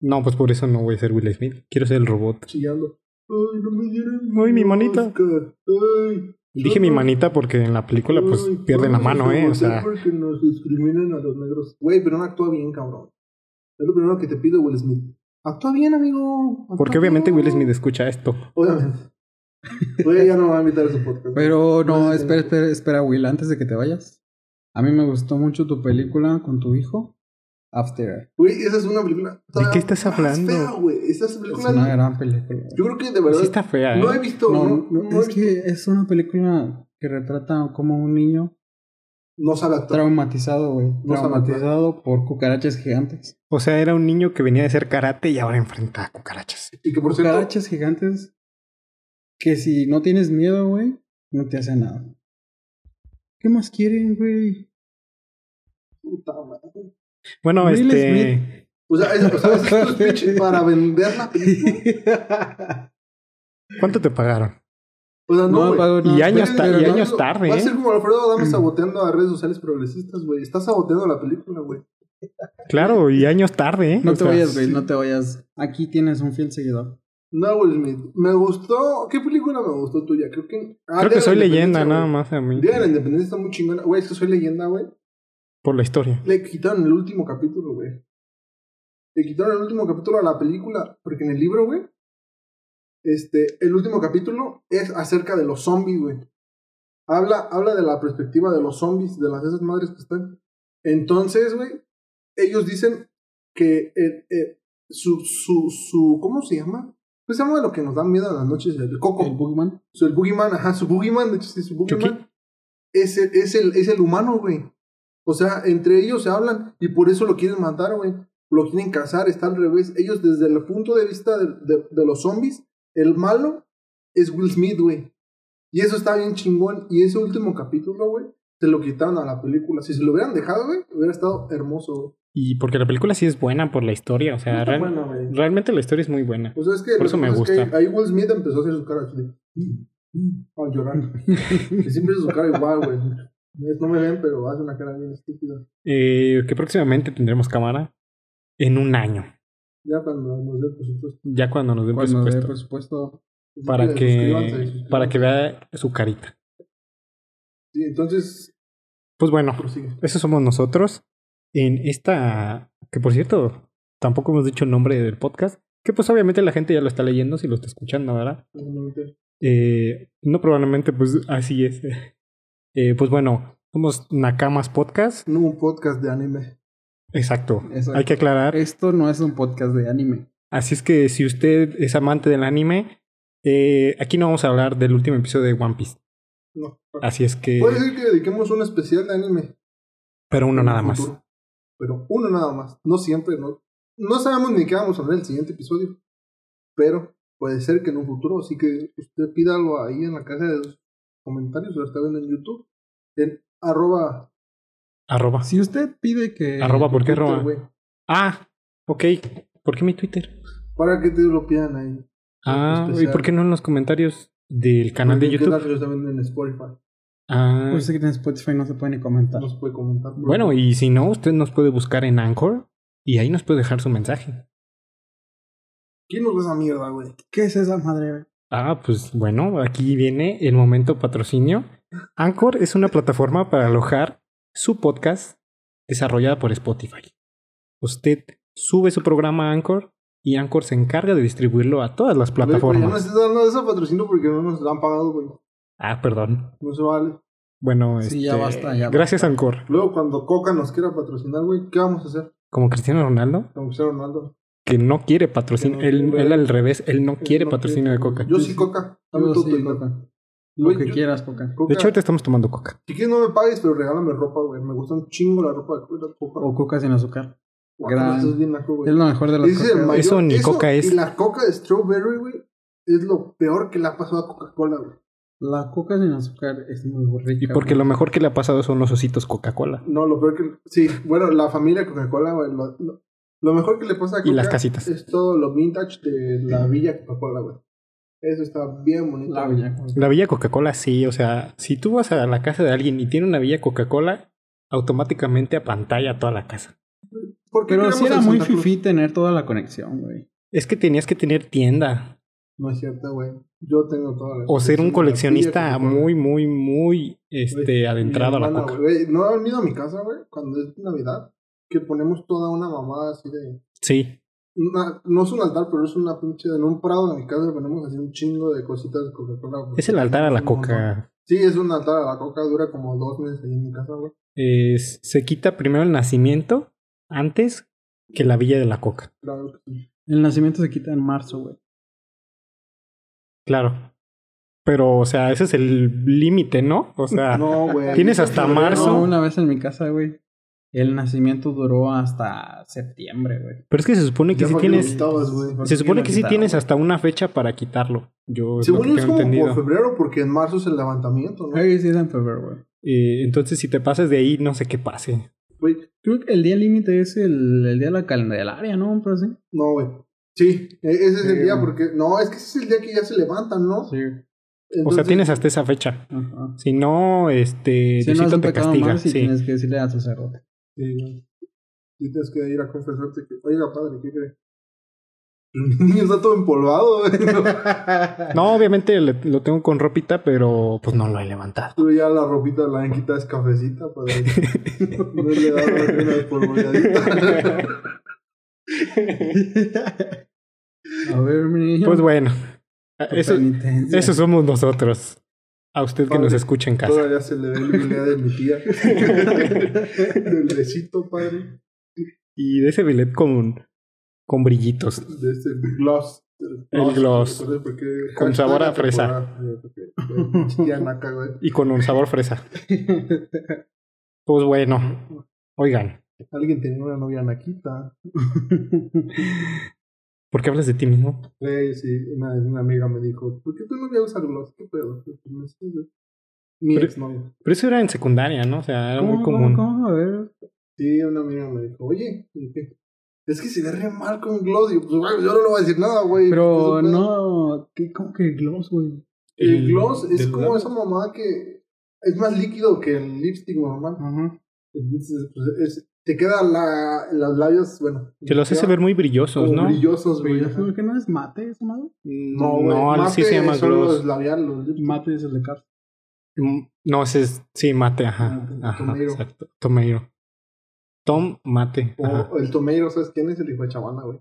A: No, pues por eso no voy a ser Will Smith. Quiero ser el robot.
B: chillando. Ay, no me dieron.
A: Ay, mi
B: el
A: manita.
B: Oscar. Ay.
A: Dije mi manita porque en la película pues
B: ay,
A: pierden la
B: vamos a
A: mano, ¿eh? O
B: votar
A: sea...
B: Porque nos discriminan a los negros. Güey, pero no actúa bien, cabrón. Es lo primero que te pido, Will Smith. Actúa bien, amigo. Actúa
A: Porque obviamente
B: bien.
A: Will Smith escucha esto.
B: Obviamente. Güey, ya no me va a invitar a su podcast.
C: Pero no,
B: No, sí.
C: espera, espera, espera, Will, antes de que te vayas. A mí me gustó mucho tu película con tu hijo. After.
B: Güey, esa es una película.
A: ¿De qué estás
B: más
A: hablando?
B: Fea, güey. Esa es
C: Es
B: película.
C: Pues una gran película.
B: Yo creo que de verdad.
A: Sí está fea, ¿eh?
B: No he visto.
C: No,
B: No, no
C: no,
B: he
C: es
B: visto-
C: que es una película que retrata como un niño
B: no sabe actuar.
C: traumatizado, güey.
B: No sabe
C: Traumatizado por cucarachas gigantes.
A: O sea, era un niño que venía de hacer karate y ahora enfrenta a cucarachas.
B: Y que por cierto.
C: Cucarachas gigantes que si no tienes miedo, güey, no te hacen nada. ¿Qué más
B: *laughs*
C: quieren, güey?
B: Puta madre.
A: Bueno,
C: Will
A: este.
B: O sea, es, o sea, ese
C: *laughs*
B: es tu speech para vender la película.
A: ¿Cuánto te pagaron?
B: O sea, no, güey.
C: pago nada.
A: Y años
C: Pero-
A: ta-
C: pero
A: y
C: no-
A: años tarde,
B: Va a
A: ¿eh?
B: ser como Alfredo Adame saboteando a redes sociales progresistas, güey. Está saboteando la película, güey.
A: Claro, y años tarde, ¿eh?
C: No
A: O
C: te
A: sea,
C: vayas, güey, no te vayas. Aquí tienes un fiel seguidor.
B: No, Will Smith. Me gustó. ¿Qué película me gustó tuya? Creo que.
A: Creo
B: Ah, Día
A: que
B: de
A: soy
B: la
A: leyenda,
B: Independencia,
A: nada
B: güey.
A: más a mí.
B: Día de la Independencia está muy chingona. Güey, es que soy leyenda, güey.
A: Por la historia.
B: Le quitaron el último capítulo, güey. Le quitaron el último capítulo a la película. Porque en el libro, güey. Este, el último capítulo es acerca de los zombies, güey. Habla, habla de la perspectiva de los zombies, de las esas madres que están. Entonces, güey, ellos dicen que eh, eh, su, su, su, ¿cómo se llama? Pues se llama lo que nos da miedo en las noches, el coco.
A: Oh.
C: El Boogeyman.
B: So, el Boogeyman, ajá, su Boogeyman, de hecho, sí, su Boogeyman es el, es, el, es el humano, güey. O sea, entre ellos se hablan y por eso lo quieren matar, güey. Lo quieren cazar, está al revés. Ellos, desde el punto de vista de, de- de los zombies, el malo es Will Smith, güey. Y eso está bien chingón. Y ese último capítulo, güey, se lo quitaron a la película. Si se lo hubieran dejado, güey, hubiera estado hermoso, güey.
A: Y porque la película sí es buena por la historia. O sea,
B: Está
A: real-
B: buena, güey.
A: realmente la historia es muy buena.
B: O sea, es que
A: Por
B: lo
A: eso
B: que
A: me
B: pasa es que
A: gusta.
B: ahí Will Smith empezó a hacer su cara así de. A llorar. y siempre hace su cara igual, güey. No me ven, pero hace una cara bien estúpida.
A: Eh, que próximamente tendremos cámara. En un año.
B: Ya cuando nos dé presupuesto.
A: Ya cuando nos den
C: Cuando dé
A: presupuesto.
C: presupuesto.
B: Así
A: para
B: suscríbanse,
A: que,
B: suscríbanse.
A: para que vea su carita.
B: Sí, entonces,
A: Pues bueno,
B: prosigue.
A: eso somos nosotros. En esta. Que por cierto, tampoco hemos dicho el nombre del podcast. Que pues obviamente la gente ya lo está leyendo si lo está escuchando, ¿verdad?
B: Normalmente.
A: Eh, no, probablemente, pues así es. *laughs* Eh, pues bueno, somos Nakamas Podcast.
B: No un podcast de anime.
A: Exacto.
C: Exacto.
A: Hay que aclarar.
C: Esto no es un podcast de anime.
A: Así es que si usted es amante del anime, eh, aquí no vamos a hablar del último episodio de One Piece.
B: No.
A: Así es que.
B: Puede ser que dediquemos un especial de anime.
A: Pero uno
B: en el
A: nada más.
B: futuro. Pero uno nada más. No siempre, no. No sabemos ni qué vamos a ver en el siguiente episodio. Pero puede ser que en un futuro. Así que usted pídalo ahí en la caja de los comentarios. O lo está viendo en YouTube. En arroba.
A: Arroba.
C: Si usted pide que.
A: Arroba, ¿por qué
B: Twitter,
A: arroba?
B: güey,
A: Ah, ok. ¿Por qué mi Twitter?
B: Para que te lo pidan ahí.
A: Ah, ¿y
B: Especial.
A: por qué no en los comentarios del canal de
B: Porque
A: YouTube?
B: quedarse también en Spotify.
A: Ah,
C: Pues en Spotify no se puede ni comentar.
B: Nos puede comentar. bro.
A: bueno, y si no, usted nos puede buscar en Anchor y ahí nos puede dejar su mensaje.
B: ¿Quién nos da esa mierda, güey?
C: ¿Qué es esa madre?
A: Ah, pues bueno, aquí viene el momento patrocinio. Anchor es una plataforma para alojar su podcast desarrollada por Spotify. Usted sube su programa a Anchor y Anchor se encarga de distribuirlo a todas las
B: Güey, pero pues, ya no
A: plataformas.
B: estás dando ese patrocinio porque no nos lo han pagado, güey.
A: Ah, perdón.
B: No se vale.
A: Bueno,
C: Sí, ya
A: este,
C: basta, ya
A: gracias Anchor.
B: Luego, cuando Coca nos quiera patrocinar, güey, ¿qué vamos a hacer?
A: Como Cristiano Ronaldo,
B: Como sea Ronaldo.
A: que no quiere patrocinio,
B: Que no
A: él,
B: quiere.
A: él al revés, él no
B: Él
A: quiere
B: no
A: patrocinio de
B: quiere.
A: Coca.
B: Yo sí, Coca. Dame
C: Yo
B: todo
C: sí,
B: tu dinero.
C: Coca.
B: Güey,
C: Lo que
B: yo-
C: quieras, Coca.
B: Coca,
A: De hecho, ahorita estamos tomando Coca.
B: Si quieres, no me pagues, pero regálame ropa, güey. Me gusta un chingo la ropa de cuero, Coca.
C: O Coca sin azúcar.
B: Guácala,
C: Oh, gran-
B: eso es bien naco, güey.
C: Es lo mejor de las
B: Ese es el
C: cocas.
B: mayor-
A: Eso ni Coca es.
B: Y la Coca de Strawberry, güey, es lo peor que le ha pasado a Coca-Cola, güey.
C: La Coca sin azúcar es muy rica.
A: Y porque
C: güey.
A: lo mejor que le ha pasado son los ositos Coca-Cola
B: No, lo peor que. Sí, bueno, la familia Coca-Cola, güey. Lo, lo- lo mejor que le pasa a Coca
A: y las casitas.
B: es todo lo vintage de la Villa Coca-Cola, güey. Eso está bien bonito.
C: La
B: güey.
C: bella.
A: La villa Coca-Cola, sí, o sea, si tú vas a la casa de alguien y tiene una villa Coca-Cola, automáticamente apantalla toda la casa.
B: ¿Por qué
C: Pero
B: queremos
C: sí era
B: al
C: muy
B: Santa Claus?
C: fifí tener toda la conexión, güey.
A: Es que tenías que tener tienda
B: No es cierto, güey. Yo tengo toda la.
A: o ser un
B: colección de la
A: coleccionista
B: Villa Coca-Cola.
A: muy, muy, muy este,
B: Güey,
A: adentrado a
B: mi
A: la
B: hermana,
A: coca.
B: güey, no han venido a mi casa, güey, cuando es Navidad, que ponemos toda una mamada así de.
A: Sí,
B: una- no es un altar, pero es una pinche. En un prado de mi casa ponemos así un chingo de cositas de Coca-Cola. güey.
A: es el altar a la
B: Un montón.
A: coca.
B: Sí, es un altar a la coca, dura como dos meses ahí en mi casa, güey.
A: Es- se quita primero el nacimiento antes que la Villa de la Coca.
B: Claro que sí.
C: El nacimiento se quita en marzo, güey.
A: Claro. Pero, o sea, ese es el límite, ¿no? O sea,
B: No, güey.
A: Tienes hasta
B: Febrero.
A: marzo.
C: No, una vez en mi casa, güey. El nacimiento duró hasta septiembre, güey.
A: pero es que se supone que
B: Ya
A: sí
B: fue
A: tienes.
B: que lo quitabas, güey.
A: Se supone que sí
C: Quitaron,
A: tienes
C: güey.
A: hasta una fecha para quitarlo. Yo es Pues lo
B: Según
A: que
B: yo
A: tengo
B: es como
A: entendido.
B: por febrero, porque en marzo es el levantamiento, ¿no?
C: Ay, sí, es en febrero, güey.
A: Eh, entonces, si te pasas de ahí, no sé qué pase.
B: Güey,
C: Creo que el día límite es el, el día de la calendaria, ¿no? Pero sí.
B: no, güey. Sí, e- ese es
C: Sí,
B: el día
C: güey.
B: porque... No, es que ese es el día que ya se levantan, ¿no?
C: Sí.
A: O sea,
B: Entonces-
A: tienes hasta esa fecha.
C: Ajá.
A: Si no, este.
C: Si no es
A: Diosito
C: un
A: te
C: pecado
A: castiga.
C: más y
A: sí.
C: tienes que decirle al sacerdote.
B: Sí, güey. Y tienes que ir a confesarte que... Oiga, padre, ¿qué cree? El niño está todo empolvado, güey.
A: No, obviamente le- lo tengo con ropita, pero pues no lo he levantado.
B: Pero ya la ropita blanquita es cafecita, padre. No le da una espolvoreadita.
C: A ver, mi niño.
A: Pues bueno,
C: Pues
A: eso,
C: penitencia.
A: eso somos nosotros. A usted que nos
B: Padre,
A: escucha en casa.
B: Todavía se le ve la idea de mi tía.
C: *laughs*
B: Del besito, padre.
A: Y de ese billet con, con brillitos.
B: De este gloss. del
A: El gloss.
B: ¿Sabes por qué?
A: Con sabor a
B: Hashtag
A: fresa.
B: temporada. Tía naca, güey.
A: Y con un sabor fresa. Pues bueno, oigan,
B: Alguien tenía una novia naquita.
A: ¿por qué hablas de ti mismo?
B: Güey, sí, una vez una amiga me dijo, ¿por qué tú no usar gloss? ¿Qué pedo? No sé, güey. Mi
A: Pero-
B: exnovia.
A: Pero eso era en secundaria, ¿no? O sea, era muy
C: ¿Cómo,
A: común.
C: cómo, cómo? A ver.
B: Sí, una amiga me dijo, oye, ¿y qué? es que se ve re mal con gloss. Y yo, pues, güey, yo no le voy a decir nada, güey.
C: Pero
B: Es un pedo.
C: no. ¿qué, ¿Cómo que gloss, güey?
B: El gloss es
A: del
B: como
A: lado.
B: esa mamá que es más líquido que el lipstick normal.
C: Ajá.
B: Entonces, pues, es- te queda la, los labios, bueno.
A: Te los hace
B: queda
A: ver muy brillosos,
B: como
A: ¿no?
B: brillosos, güey.
C: Pero yo ¿Que no es mate esa madre?
B: No, güey.
A: No,
B: mate
A: así se llama
B: son
A: gloss.
B: los labiales, los lipsticks.
C: Mate es el de Carl.
A: Mm, No, ese es, sí, mate, ajá.
B: Mate,
A: ajá
B: tomato.
A: exacto. Tomato. Tom mate. ajá.
B: O el tomeiro, ¿sabes quién es? El hijo de chavana, güey.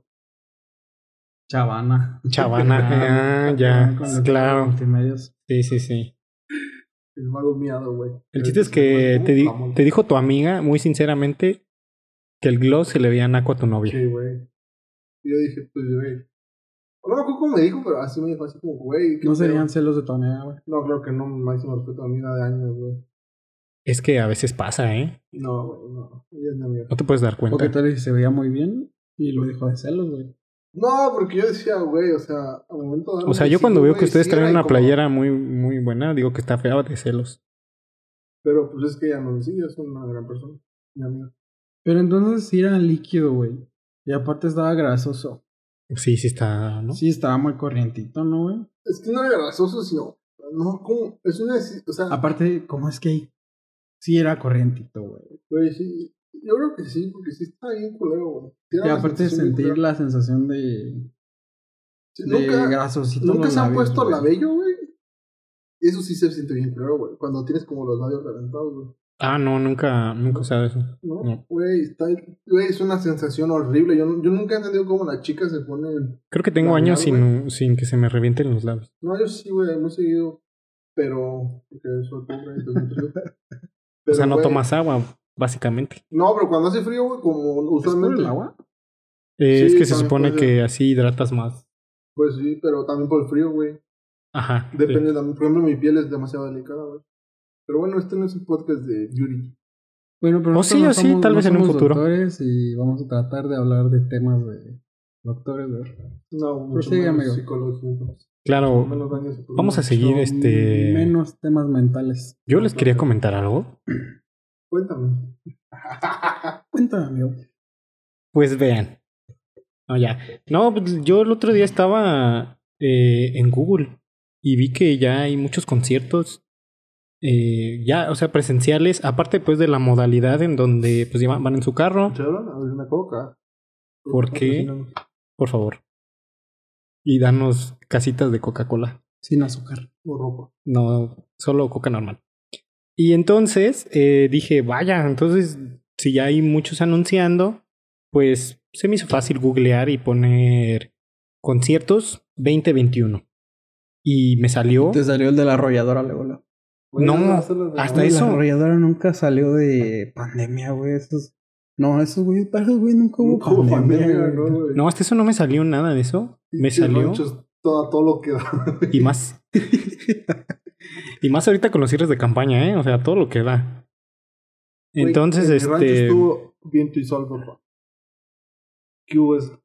C: Chavana. *laughs*
A: Chavana. ah, ya.
C: Con los
A: Claro.
C: Multimedios.
A: Sí, sí, sí.
B: El mago miado, güey.
A: El chiste es que te, di-
B: Jamón.
A: te dijo tu amiga, muy sinceramente, que el gloss se le veía naco a tu novia.
B: Sí, güey. Y yo dije, pues, güey. No me acuerdo cómo me dijo, pero así me dijo, así como, güey. ¿qué
C: No
B: pedo?
C: serían celos de tu amiga, güey.
B: No, creo que no, máximo respeto a mi amiga de años, güey.
A: Es que a veces pasa, ¿eh?
B: No, güey, no. Ella es mi amiga.
A: No te puedes dar cuenta.
C: Porque tal vez se veía muy bien y lo dijo de celos, güey.
B: No, porque yo decía, güey, o sea, a momento dado,
A: O sea,
B: güey,
A: yo
B: sí,
A: cuando veo
B: güey,
A: que ustedes
B: sí
A: traen
B: era
A: una
B: como-
A: playera muy, muy buena, digo que está fea de celos.
B: Pero pues es que ella no me sigue, es una gran persona. Mi amiga.
C: Pero entonces sí era líquido, güey. Y aparte estaba grasoso.
A: Sí, sí está, ¿no?
C: Sí, estaba muy corrientito, ¿no, güey?
B: Es que no era grasoso, sino. No, como. Es una. O sea,
C: Aparte, ¿cómo es que ahí? Sí era corrientito, güey.
B: güey, sí. Yo creo que sí, porque sí está bien culero, güey. Sí era
C: Y
B: una
C: aparte de
B: sensación bien
C: sentir
B: culera.
C: la sensación de,
B: Sí,
C: de
B: nunca
C: grasosito
B: nunca
C: los
B: se han
C: labios,
B: puesto
C: güey.
B: labello, güey. Eso sí se siente bien culero, güey. Cuando tienes como los labios reventados, güey.
A: Ah, no, nunca, nunca usaba eso.
B: ¿No?
A: No.
B: Güey, está. Güey, es una sensación horrible. Yo, no- yo nunca he entendido cómo las chicas se ponen.
A: Creo que tengo
B: Labial,
A: años sin, sin que se me revienten los labios.
B: No, yo sí, güey, muy seguido. Pero. Porque soy pobre, entonces no
A: *laughs*
B: tengo.
A: o sea,
B: Pero,
A: no
B: güey,
A: tomas agua, básicamente.
B: No, pero cuando hace frío, güey, como
C: ¿Es por
B: usualmente.
C: el agua?
A: Eh,
B: Sí,
A: es que se
B: también
A: supone
B: puede
A: que así hidratas más.
B: Pues sí, pero también por el frío, güey.
A: Ajá. sí.
B: Depende también. Por ejemplo, mi piel es demasiado delicada, güey. Pero bueno, este no es un podcast de Yuri.
C: Bueno, pero
A: O
C: nosotros
A: sí,
C: no
A: o sí, tal
C: no
A: vez en un
C: somos
A: futuro.
C: doctores y vamos a tratar de hablar de temas de doctores, güey.
B: No, mucho
C: Prosigue,
B: menos
C: amigo.
B: psicológico.
A: Claro,
B: Menos daño psicológico.
A: vamos a seguir
C: Son
A: este...
C: Menos temas mentales.
A: Yo les quería comentar algo.
B: Cuéntame.
C: Cuéntame, amigo.
A: Pues vean. No, ya. No, pues, yo el otro día estaba eh, en Google y vi que ya hay muchos conciertos. eh, ya, o sea, presenciales, aparte pues de la modalidad en donde pues llevan- van en su carro,
B: ¿Echaron? A ver, una coca.
A: ¿Por qué? por favor. Y danos casitas de Coca-Cola.
C: Sin azúcar.
B: O ropa.
A: No, solo coca normal. Y entonces eh, dije, vaya, entonces si ya hay muchos anunciando, pues se me hizo fácil googlear y poner conciertos 2021. Y me salió...
C: Te salió el de la arrolladora, Leola.
A: No,
B: Bueno, hacerlo de-
A: hasta- eso.
C: La arrolladora nunca salió de pandemia, güey. Eso es No, esos güeyes, para esos güeyes nunca hubo
B: Nunca hubo pandemia, ¿no, güey?
A: No, hasta eso no me salió nada de eso. Me
B: Pinches
A: salió
B: lonchas, todo, todo lo que da.
A: y más. y más ahorita con los cierres de campaña, ¿eh? O sea, todo lo que da.
B: Güey,
A: Entonces,
B: en mi rancho
A: este.
B: estuvo viento y sol, papá. ¿Qué hubo eso?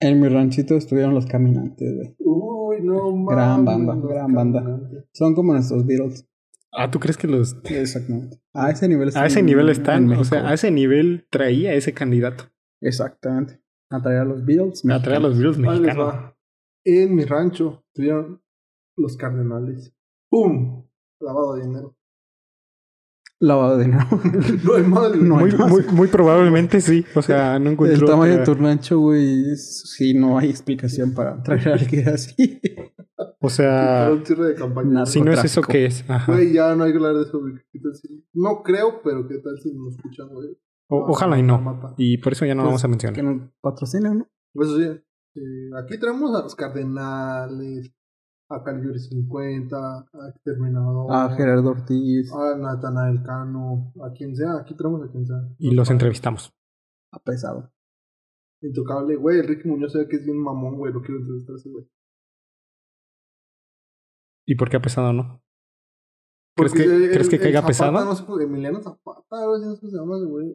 C: En mi ranchito estuvieron los caminantes, güey.
B: Uy, no mames.
C: Gran banda, gran banda.
B: caminantes.
C: Son como nuestros Beatles.
A: Ah, ¿tú crees que los.
C: Exactamente. A ese nivel
A: A ese nivel están, o sea, a
C: México,
A: ese nivel traía ese candidato.
C: güey. Exactamente. A traer a los Beatles.
A: Me atrae a los virus
B: Ahí les
A: mexicanos.
B: va. En mi rancho estuvieron los cardenales. ¡Pum! Lavado de dinero. *laughs*
C: Lavado
A: *laughs*
C: de dinero.
B: No hay madre.
C: No
A: Muy,
C: hay más.
A: muy, muy probablemente sí. O sea, no encuentro.
C: El tamaño de tu
A: otra-
C: rancho, güey, es- sí, no hay explicación para traer a alguien así. *laughs*
A: O sea,
B: Era un cierre de campaña.
C: Nada.
A: si no es eso
C: narcotráfico.
A: que es. Ajá.
B: Güey, ya no hay que hablar de eso. güey. ¿Qué tal si- No creo, pero qué tal si nos escuchan, güey. Ah,
A: O- ojalá y no.
B: Mata.
A: Y por eso ya no
C: Pues,
A: vamos a
C: que
A: mencionar.
C: nos patrocinan, ¿no?
B: Pues sí. eh, aquí traemos a los Cardenales, a Calibre 50, a Exterminador,
C: A Gerardo Ortiz,
B: a Natanael Cano, a quien sea. Aquí traemos a quien sea.
A: Y los entrevistamos.
C: a Ah, Pesado.
B: Intocable, güey. El Ricky Muñoz se ve que es bien mamón, güey. Lo quiero entrevistar a ese güey.
A: ¿Y por qué ha pesado no? ¿Crees que,
B: Porque el-
A: ¿crees que
B: el- el
A: caiga
B: Zapata,
A: pesado?
B: No sé, pues, Emiliano Zapata, güey. No sé cómo se llama ese güey.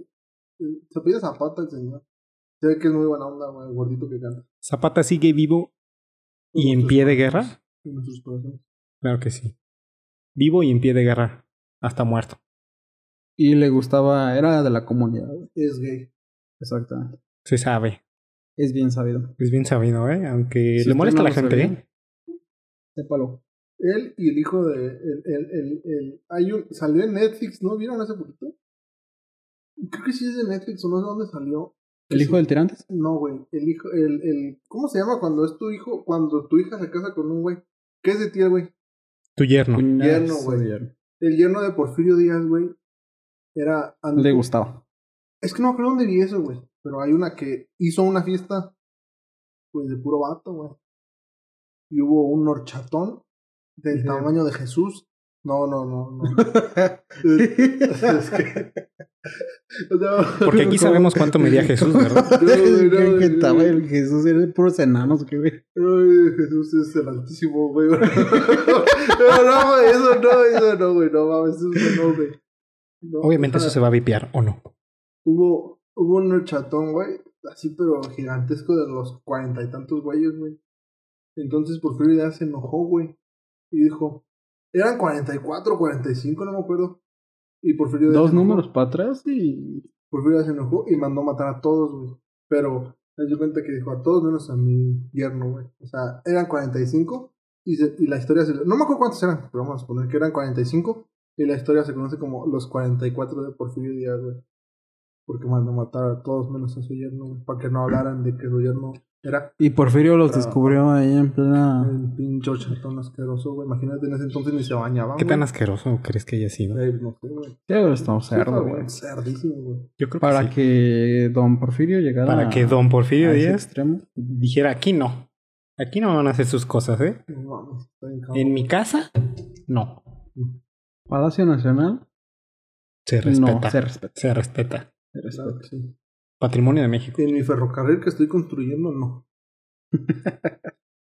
B: Eh, Se pide Zapata el señor. Se ve que es muy buena onda, güey. el Gordito que canta.
A: ¿Zapata sigue vivo y en
B: Nuestros
A: pie de
B: corazones.
A: guerra?
B: En nuestros corazones.
A: Claro que sí. Vivo y en pie de guerra. Hasta muerto.
C: Y le gustaba, era de la comunidad, güey.
B: Es gay.
C: Exactamente.
A: Se sabe.
C: Es bien sabido.
A: Es bien sabido, ¿eh? Aunque
C: Si
A: le
C: usted
A: molesta
C: no
A: a la
C: lo
A: gente,
C: sabía.
A: ¿eh?
C: Sépalo.
B: Él y el hijo de. El, el, el, el- hay un, salió en Netflix, ¿no? ¿Vieron hace poquito? Creo que sí es de Netflix o no sé dónde salió.
C: ¿El hijo del tirantes?
B: No, güey. El hijo. El, el, ¿Cómo se llama cuando es tu hijo? Cuando tu hija se casa con un güey. ¿Qué es de ti, güey?
A: Tu yerno.
B: Yerno,
C: Puñazo,
B: güey.
C: yerno.
B: El yerno de Porfirio Díaz, güey. Era. And-
C: Le gustaba.
B: Es que no creo dónde vi eso, güey. Pero hay una que hizo una fiesta. Pues de puro vato, güey. Y hubo un horchatón del
C: Ujú.
B: tamaño de Jesús. No, no, no, no.
C: *laughs*
B: Es que- *laughs* No,
A: Porque aquí
C: ¿Cómo?
A: sabemos cuánto medía Jesús,
B: *laughs*
A: ¿verdad?
B: güey, no,
C: ¿Qué
B: güey,
C: estaba el Jesús? Era de puros enanos, que güey.
B: no, güey, Jesús es el altísimo, güey. *laughs* No, no, güey, eso no, eso no, güey. No mames, eso no, güey. No,
A: Obviamente
B: o sea,
A: eso se va a vipear, ¿o no?
B: Hubo, hubo un chatón, güey, así pero gigantesco de los cuarenta y tantos güeyes, güey. Entonces Porfirio Díaz se enojó, güey, y dijo, eran 44, 45, no me acuerdo. Y Porfirio Díaz
C: Dos
B: se enojó.
C: números para atrás y
B: Porfirio Díaz se enojó y mandó matar a todos, güey. Pero me di cuenta que dijo a todos menos a mi yerno, güey. O sea, eran 45 y, se- y la historia se... No me acuerdo cuántos eran, pero vamos a suponer que eran 45 y la historia se conoce como los 44 de Porfirio Díaz, güey. Porque mandó matar a todos menos a su yerno, güey. Para que no hablaran de que su yerno era
C: Y Porfirio los
B: Ah.
C: descubrió ahí en plena.
B: el pincho chatón asqueroso, güey. Imagínate, en ese entonces ni se bañaba,
A: ¿Qué tan
B: güey.
A: asqueroso crees que haya sido?
B: Eh, No sé, güey.
C: Sí, pero está un cerdo,
B: Sí,
C: güey.
B: Cerdísimo, güey.
A: Yo creo que
C: Para
A: sí.
C: que don Porfirio llegara.
A: Para que don
C: a
A: Porfirio
C: ese
A: Díaz
C: extremo.
A: dijera, aquí no. Aquí no van a hacer sus cosas, ¿eh?
B: No mames, está bien cabrón.
A: En mi casa, no.
C: Palacio Nacional.
A: Se respeta.
C: No, se respeta.
A: se respeta.
C: se
B: Claro
C: respeta.
B: que sí.
A: Patrimonio de México.
B: En mi ferrocarril que estoy construyendo, no.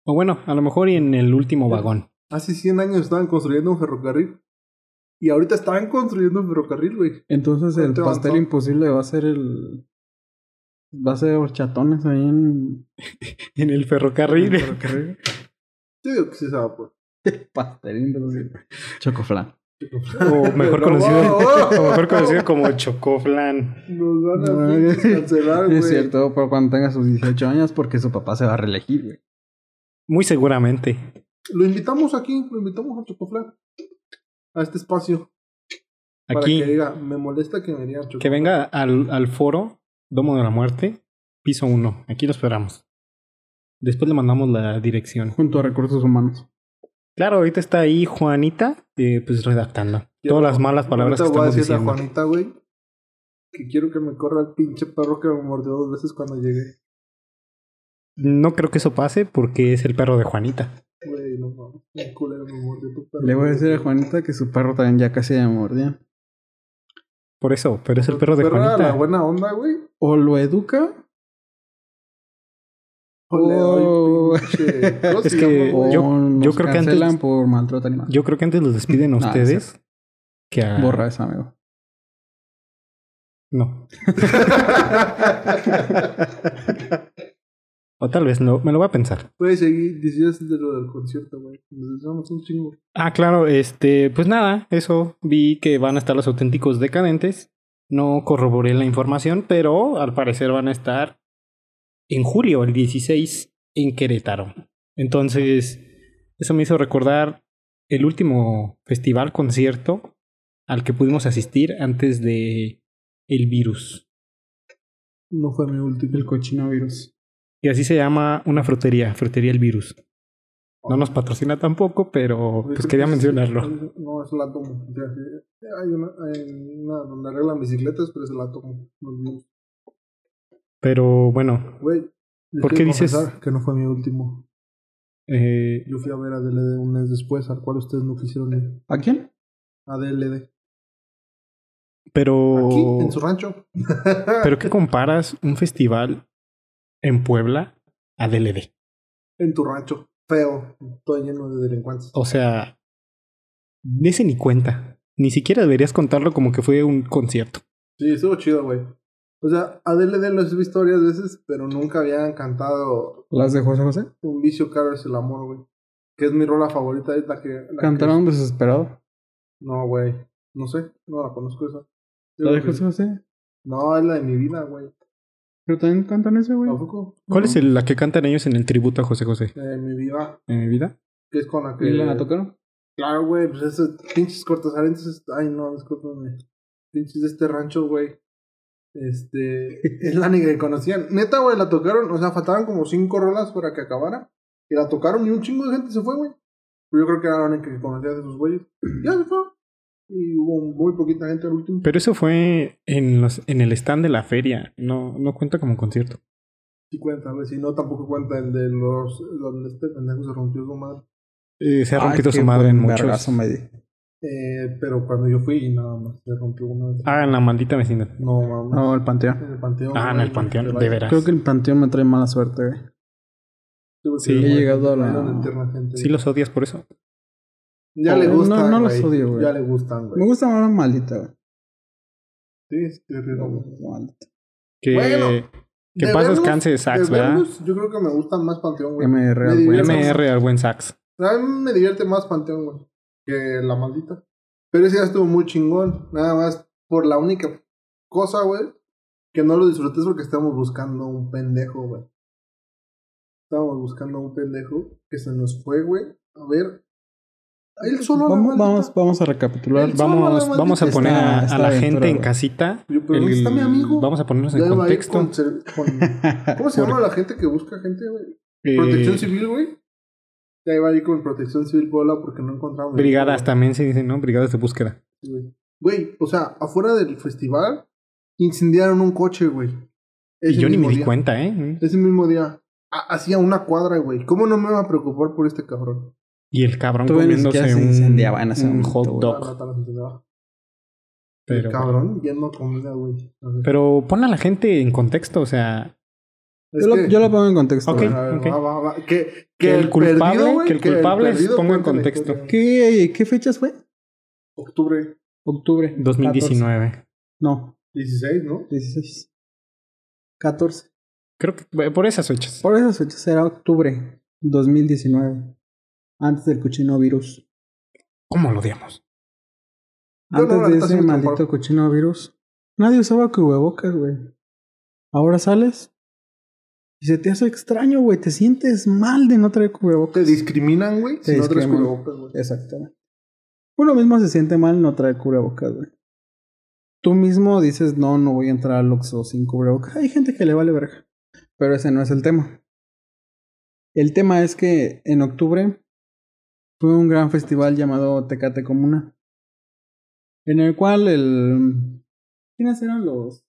A: O bueno, a lo mejor y en el último vagón. *laughs*
B: Hace 100 años estaban construyendo un ferrocarril. Y ahorita están construyendo un ferrocarril, güey.
C: Entonces el
B: ¿Cuánto
C: pastel
B: avanzó?
C: imposible va a ser el. Va a ser horchatones ahí en.
A: En el ferrocarril.
B: *laughs*
C: ferrocarril.
B: Yo digo que sí se va a poder. *laughs*
C: pastel imposible.
B: Ah,
C: Chocoflan.
A: *laughs* o mejor
B: Pero,
A: conocido.
B: oh,
A: *laughs*
B: oh,
A: o mejor conocido como Chocoflan.
B: Nos van a
C: No,
A: *laughs*
B: pinches
C: güey.
B: cancelar, güey.
C: Es cierto, pero cuando tenga sus 18 años, porque su papá se va a reelegir, güey.
A: Muy seguramente.
B: Lo invitamos aquí, lo invitamos a Chocoflan. A este espacio.
A: Aquí,
B: Para que diga, me molesta que me digan Chocoflan.
A: que venga al, al foro Domo de la Muerte, piso 1. Aquí lo esperamos. Después le mandamos la dirección.
C: Junto a recursos humanos.
A: Claro, ahorita está ahí Juanita, eh, pues redactando. Todas las malas palabras que
B: Ahorita voy a
A: estamos
B: decirle a
A: diciendo.
B: Juanita, güey. Que quiero que me corra el pinche perro que me mordió dos veces cuando llegué.
A: No creo que eso pase porque es el perro de Juanita.
B: Güey, no mames. qué culero me mordió tu perro.
C: Le voy a decir a Juanita que su perro también ya casi me mordía.
A: Por eso, pero es el perro de
B: Perro era
A: Juanita.
B: la buena onda, güey.
C: O lo educa.
B: O le
C: Oh.
B: doy pinche
A: *laughs*
B: cosa,
A: Es que
B: cabrón, güey.
A: yo-
C: o nos
A: creo que antes-
C: cancelan por maltrato animal.
A: Yo creo que antes los despiden a
C: Nah,
A: ustedes que a...
C: Borra esa, amigo.
B: *laughs*
A: No. O tal vez no, me lo voy a pensar.
B: Puedes seguir, decías de lo del concierto, güey. Nos vamos un chingo.
A: Ah, claro, este, pues nada, eso. Vi que van a estar los auténticos decadentes. No corroboré la información, pero al parecer van a estar en julio, el 16, en Querétaro. Entonces, eso me hizo recordar el último festival concierto al que pudimos asistir antes de el virus.
B: No fue mi último.
C: El cochino virus.
A: Y así se llama una frutería, frutería el virus. No nos patrocina tampoco, pero pues quería mencionarlo.
B: No, es la tomo. Ya, ya, Hay una, hay una donde arreglan bicicletas, pero es la tomo. No, no.
A: Pero bueno,
B: Güey. les
A: ¿Por qué
B: tengo que
A: dices-
B: confesar Que no fue mi último.
A: eh,
B: Yo fui a ver a DLD un mes después, al cual ustedes no quisieron ir.
C: ¿A quién?
B: A DLD.
A: pero...
B: Aquí, en su rancho.
A: Oh. *laughs* ¿Pero qué comparas un festival en Puebla a DLD?
B: En tu rancho. Feo. Todo lleno de delincuentes.
A: O sea, de ese ni cuenta. Ni siquiera deberías contarlo como que fue un concierto.
B: Sí, estuvo chido, güey. O sea, a DLD los he visto varias veces, pero nunca habían cantado
C: ¿Las de José José?
B: Un vicio caro es el amor, güey. Que es mi rola favorita, es la que... la que-
C: Cantaron desesperado.
B: No, güey. No sé, no la conozco esa.
C: ¿La de José José?
B: No, es la de mi vida, güey.
C: Pero también cantan ese, güey.
B: ¿A poco?
A: ¿Cuál
C: Ujú.
A: es el- la que cantan ellos en el tributo a José José?
B: La de mi vida,
A: En mi vida.
B: que es con la que...
C: ¿Y la tocaron?
B: Claro, güey, pues esos pinches cortasarenses. Ay, no, discúlpenme. Pinches de este rancho, güey.
A: *laughs*
B: Este. Es la única que conocían. Neta, güey, la tocaron. O sea, faltaban como cinco rolas para que acabara. Y la tocaron y un chingo de gente se fue, güey. Pero yo creo que era la única que conocía de esos
A: *clears throat*
B: güeyes. Ya se fue. Y hubo muy poquita gente al último.
A: Pero eso fue en, los, en el stand de la feria. No, no cuenta como concierto.
B: Sí cuenta, güey. Si no, tampoco cuenta el de los. Donde este pendejo se rompió su madre.
A: Eh, se ha
C: Ay,
A: rompido
C: qué
A: su madre en
C: buen
A: muchos.
C: vergazo me di.
B: Eh, pero cuando yo fui, nada más. Se rompió una vez.
A: Ah, en la maldita vecindad.
B: No, mames.
C: No, el panteón.
B: En el panteón.
A: Ah, en el
B: güey,
A: panteón,
B: te
A: de
B: vayas.
A: veras.
C: Creo que el panteón me trae mala suerte, güey.
A: Sí,
B: porque
A: he
B: igual
C: llegado a la-
B: mandan interna gente.
A: Sí los odias por eso.
B: Ya le
C: No,
B: gustan,
C: no los
B: güey.
C: odio, güey.
B: Ya le gustan,
C: Me
B: güey.
C: gusta más la maldita, güey.
B: Sí, es terrible, güey.
C: La maldita.
A: Que,
B: Bueno,
A: que
B: de
A: paz
B: verlos-
A: descanse Sax,
B: de
A: ¿verdad?
B: verlos, yo creo que me gustan más Panteón, güey.
C: MR
B: Me
C: al
B: divierte.
C: güey.
A: MR al buen Sax.
B: A mí me divierte más Panteón, güey, que la maldita. Pero ese ya estuvo muy chingón. Nada más por la única cosa, güey, que no lo disfruté es porque estábamos buscando un pendejo, güey. Estábamos buscando un pendejo que se nos fue, güey. A ver. Él solo. a la
C: Vamos,
B: maldita.
C: vamos, vamos a recapitular.
B: El- Solo
A: Vamos,
B: la maldita
A: vamos a poner a-
C: esta-
A: a, la
C: esta
A: gente
C: aventura,
A: en
C: güey.
A: casita.
B: Yo, pero
A: el-
B: ¿dónde está mi este amigo?
A: Vamos a ponernos en
B: Ya va a ir
A: contexto.
B: con ser- con-
A: *laughs*
B: ¿Cómo se llama la gente que busca gente, güey?
A: Eh,
B: Protección civil, güey. Ya iba a ir con protección civil Puebla porque no encontramos.
A: Brigadas también se dicen, ¿no? Brigadas de búsqueda.
B: güey. Güey, o sea, afuera del festival incendiaron un coche, güey.
A: y
B: Ese
A: yo ni me
B: mismo
A: di
B: día.
A: cuenta, ¿eh?
B: Ese mismo día. Ha- Hacía una cuadra, güey. ¿Cómo no me iba a preocupar por este cabrón?
A: Y el cabrón
C: Todavía ni
A: comiéndose
C: siquiera se
A: un,
C: incendiaba en ese
A: un
C: momento,
A: hot
C: güey.
B: Ah,
A: dog.
B: no, tal vez no.
A: Pero,
B: el cabrón yendo a comida, güey. A ver.
A: pero pon a la gente en contexto, o sea,
B: Es
C: Yo lo,
B: que-
C: yo lo pongo en contexto.
A: Ok.
C: güey.
B: A ver,
A: ok.
B: va, va, va. Que, que
A: Que el culpable-
B: güey,
A: que el culpable
B: perdido
A: es- pongo en
B: cuenta la
A: contexto.
B: historia.
C: ¿Qué, eh, ¿Qué fechas fue?
B: Octubre.
C: Octubre.
A: 2019.
C: 14. No,
B: 16, ¿no?
C: 16. 14.
A: Creo que por esas fechas.
C: Por esas fechas será octubre 2019. Antes del cochino virus.
A: ¿Cómo lo odiamos?
B: Yo no,
C: Antes
B: la
C: de
B: neta, sí
C: ese
B: me
C: maldito
B: conformo.
C: cochino virus. Nadie usaba cubrebocas, güey. Ahora sales. Y se te hace extraño, güey. Te sientes mal de no traer cubrebocas.
B: Te discriminan, güey. Si
C: Te
B: no traes
C: discriminan.
B: cubrebocas, güey.
C: Exactamente. Uno mismo se siente mal no traer cubrebocas, güey. Tú mismo dices, no, no voy a entrar al Oxxo sin cubrebocas. Hay gente que le vale verga. Pero ese no es el tema. El tema es que en octubre fue un gran festival llamado Tecate Comuna. En el cual el... ¿Quiénes eran los,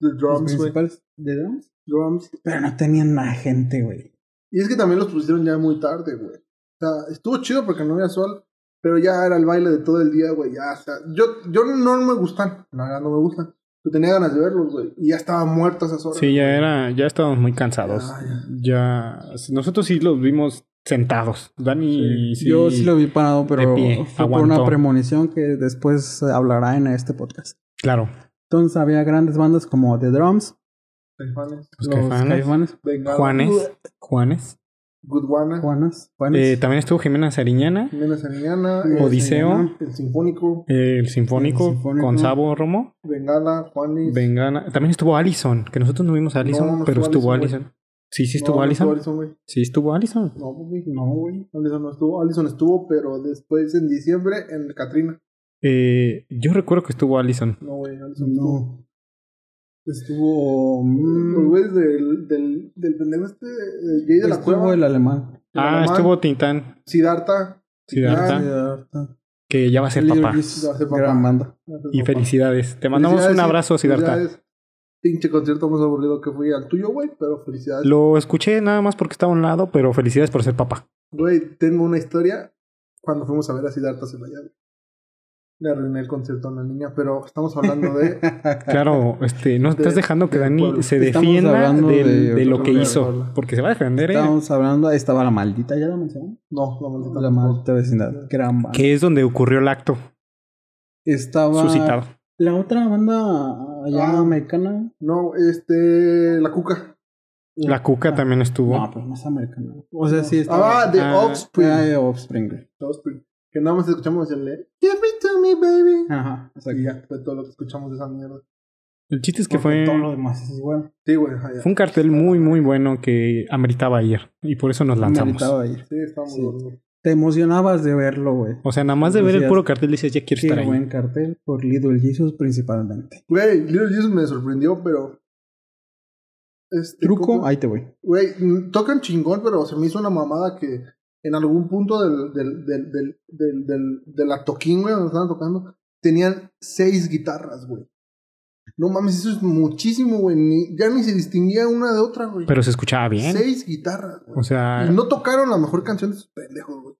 B: The
C: los
B: drums, güey.
C: principales de drums?
B: Drums.
C: Pero no tenían nada de gente, güey.
B: Y es que también los pusieron ya muy tarde, güey. O sea, estuvo chido porque no había sol. Pero ya era el baile de todo el día, güey. Ya, o sea, yo, yo no me gustan. La verdad, no me gustan. Yo tenía ganas de verlos, güey. Y ya estaba muerto a esas horas.
A: Sí, ya era, ya estábamos muy cansados.
B: Ah, ya.
A: Ya, nosotros sí los vimos sentados. Dani sí.
C: Yo sí lo vi parado, pero
A: De pie,
C: fue por
A: aguantó.
C: una premonición que después hablará en este podcast.
A: Claro.
C: Entonces había grandes bandas como The Drums,
B: Caifanes,
A: Los
C: los
A: Caifanes.
C: Caifanes,
B: Bengala,
A: Juanes. Juanes.
B: Good Guana,
C: Juanas, Juanes,
A: Eh, también estuvo Jimena Sariñana,
B: Jimena Sariñana,
C: Juanes,
B: el,
A: Odiseo.
B: el Sinfónico,
A: eh, el Sinfónico,
C: El Sinfónico.
A: con Sabo Romo.
B: Bengala, Juanis.
A: Vengana. También estuvo Allison, que nosotros no vimos a Allison,
B: No, no
A: pero estuvo
B: estuvo Allison,
A: Allison. Sí, sí estuvo
B: No, no
A: Allison.
B: Allison, güey.
A: Sí estuvo Allison.
B: No, pues, güey. No, güey. Allison no estuvo. Allison estuvo, pero después en diciembre en Katrina.
A: Eh, yo recuerdo que estuvo Allison.
B: No, güey. Allison estuvo.
C: no. Estuvo.
B: Los
C: mm,
B: güeyes del, del, del pendejo este, el Jay de la
C: estuvo
B: Cueva,
C: el alemán.
A: Ah,
B: Alemán,
A: estuvo Tintán,
B: Siddhartha.
A: Siddhartha,
B: Ah,
A: que ya va a ser
C: Little
A: papá.
C: Jesus,
B: Ya va a ser papá.
C: Gran banda.
A: Y felicidades. Te mandamos un
B: Felicidades,
A: abrazo, Siddhartha.
B: felicidades. Pinche concierto más aburrido que fui al tuyo, güey, pero felicidades.
A: Lo escuché nada más porque estaba a un lado, pero felicidades por ser
B: *laughs*
A: papá.
B: Güey, tengo una historia. Cuando fuimos a ver a Siddhartha se la llave. Le arruiné el concierto a una niña, pero estamos
A: *laughs*
B: hablando de.
A: Claro, este, no estás dejando que
B: de
A: Dani
B: pueblo.
A: se
C: Estamos
A: defienda
C: hablando
A: del- de,
C: de-
A: lo que
B: de
A: hizo.
B: pueblo.
A: Porque se va a defender, ¿eh?
C: Estábamos hablando, ahí estaba la maldita, ya la mencionamos.
B: No, la maldita.
C: La maldita vecindad. Gran banda.
A: Que es donde ocurrió el acto
C: Estaba.
A: suscitado.
C: La otra banda allá
B: Ah.
C: americana.
B: No, este. La cuca.
A: La cuca también estuvo.
C: No, pero no es americana. O sea, sí estaba.
B: Ah, de
A: Ah,
B: Offspring.
C: Era de Offspring.
B: Offspring. Que nada más escuchamos el de Give it to me, baby.
A: Ah,
C: Ajá. O sea,
B: Y ya fue todo lo que escuchamos de esa mierda.
A: El chiste es que
C: porque
A: fue,
C: Todo lo
A: fue
C: demás es igual.
B: Sí, güey, ajá, ya.
A: un cartel muy, muy bueno que ameritaba ir. Y por eso nos lanzamos.
C: Meritaba ir.
B: Sí, está muy
C: Sí.
B: bueno.
C: Te emocionabas de verlo, güey.
A: O sea, nada más de ver el
C: Decías,
A: puro cartel dices, ya quiero
C: Qué
A: estar ahí.
C: buen cartel por Little Jesus principalmente.
B: Güey, Little Jesus me sorprendió, pero. Este,
C: Truco,
B: ¿cómo?
C: ahí te voy.
B: Güey, mm, tocan chingón, pero se me hizo una mamada que en algún punto del, del, del, del, del, del- de la toquín, güey, donde estaban tocando, tenían seis guitarras, güey. No mames, eso es muchísimo, güey. ni- ya ni se distinguía una de otra, güey.
A: Pero se escuchaba bien.
B: Seis guitarras, güey.
A: O sea,
B: Y no tocaron la mejor canción de esos pendejos, güey.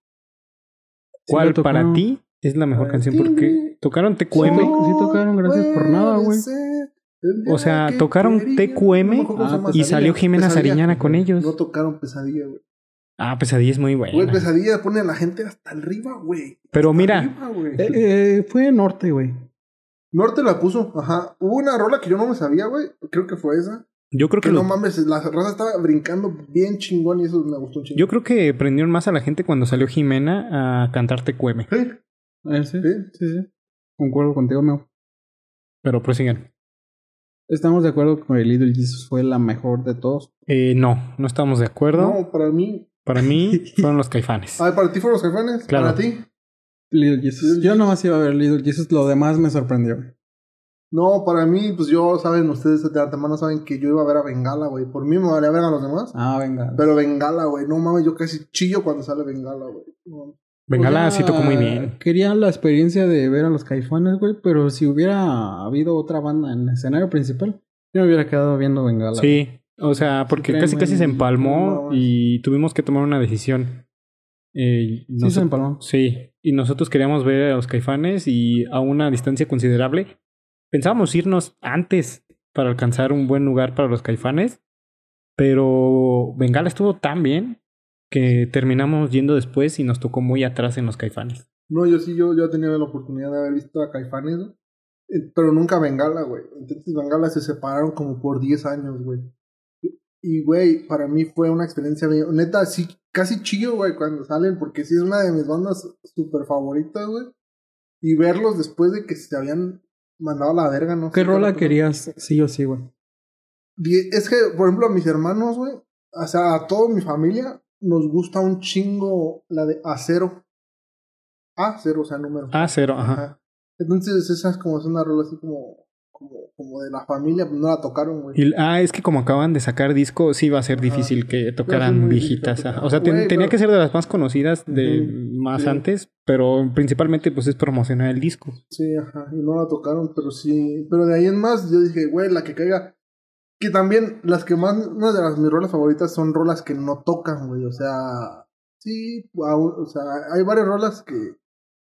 A: ¿cuál
C: lo
A: para
C: tocaron.
A: ti es la mejor
C: Ah,
A: canción?
B: sí,
A: Porque
B: güey.
A: tocaron TQM.
C: Sí. tocaron Gracias por Nada,
B: puede
C: güey.
B: ser el día
A: O sea,
B: que
A: tocaron
B: quería.
A: TQM,
B: No me acuerdo cómo se
C: ah,
B: llama,
A: y
B: Pesadilla.
A: salió Jimena
B: Pesadilla.
A: Sariñana con ellos.
B: No tocaron pesadilla, güey.
A: Ah, pesadilla es muy
B: Güey,
A: buena.
B: pesadilla pone a la gente hasta arriba, güey.
A: Pero Oh, mira,
B: Arriba, güey.
C: Eh, eh, fue norte, güey.
B: Norte la puso, ajá. Hubo una rola que yo no me sabía, güey. Creo que fue esa.
A: yo creo que
B: Que no
A: lo-
B: mames, la raza estaba brincando bien chingón y eso me gustó un chingo.
A: yo creo que prendieron más a la gente cuando salió Jimena a cantar TQM.
B: Sí,
C: Eh, sí,
B: sí.
C: sí, sí. Concuerdo contigo, Meo.
A: Pero prosigan.
C: Estamos de acuerdo con que Little Jesus fue la mejor de todos.
A: Eh, no, no estamos de acuerdo.
B: No, para mí.
A: Para
B: *laughs*
A: mí fueron los caifanes.
B: A ver, para ti fueron los caifanes.
A: Claro.
B: Para ti.
C: Little Jesus. Yo nomás iba a ver Little Jesus, lo demás me sorprendió.
B: No, para mí, pues yo, saben, ustedes de antemano saben que yo iba a ver a Bengala, güey. Por mí me valía ver a los demás.
C: Ah, venga.
B: Pero Bengala, güey. No mames, yo casi chillo cuando sale Bengala, güey. No.
A: Bengala
C: O sea,
A: sí tocó muy bien.
C: Quería la experiencia de ver a los caifanes, güey, pero si hubiera habido otra banda en el escenario principal, yo me hubiera quedado viendo Bengala.
A: Sí, o sea, porque
C: traen
A: casi casi se
C: buen-
A: empalmó
B: buen
A: y tuvimos que tomar una decisión. Eh,
C: Sí,
A: noso-
C: se empalmó.
A: sí, y nosotros queríamos ver a los caifanes y a una distancia considerable. Pensábamos irnos antes para alcanzar un buen lugar para los caifanes, pero Bengala estuvo tan bien que terminamos yendo después y nos tocó muy atrás en los caifanes.
B: No, yo sí, yo, yo he tenido la oportunidad de haber visto a Caifanes, güey, eh, pero nunca a Bengala, güey. Entonces Bengala se separaron como por 10 años, güey. Y, güey, para mí fue una experiencia, bien- neta, sí, casi chillo, güey, cuando salen, porque sí es una de mis bandas súper favoritas, güey. Y verlos después de que se habían mandado a la verga, ¿no?
C: ¿Qué
B: sé,
C: rola
B: pero-
C: querías? Sí o sí, güey.
B: Die- Es que, por ejemplo, a mis hermanos, güey, o sea, a toda mi familia, nos gusta un chingo la de acero. Acero, o sea, número.
A: Ah, cero, ajá.
B: Ajá. Entonces, esa es como es una rola así como, como, como de la familia, pues, no la tocaron, güey.
A: Y- ah, es que como acaban de sacar disco, sí va a ser
B: Ajá.
A: difícil que
B: ser
A: tocaran
B: muy
A: viejitas.
B: difícil
A: ajá. O sea, ten-
B: Güey,
A: tenía
B: pero-
A: que ser de las más conocidas de
C: Ujú.
A: más
B: Sí.
A: antes, pero principalmente pues es promocionar el disco.
B: Sí, ajá, y no la tocaron, pero sí. Pero de ahí en más, yo dije, güey, la que caiga. Que también, las que más, una de las mis rolas favoritas son rolas que no tocan, güey. O sea, sí, au- o sea, hay varias rolas que,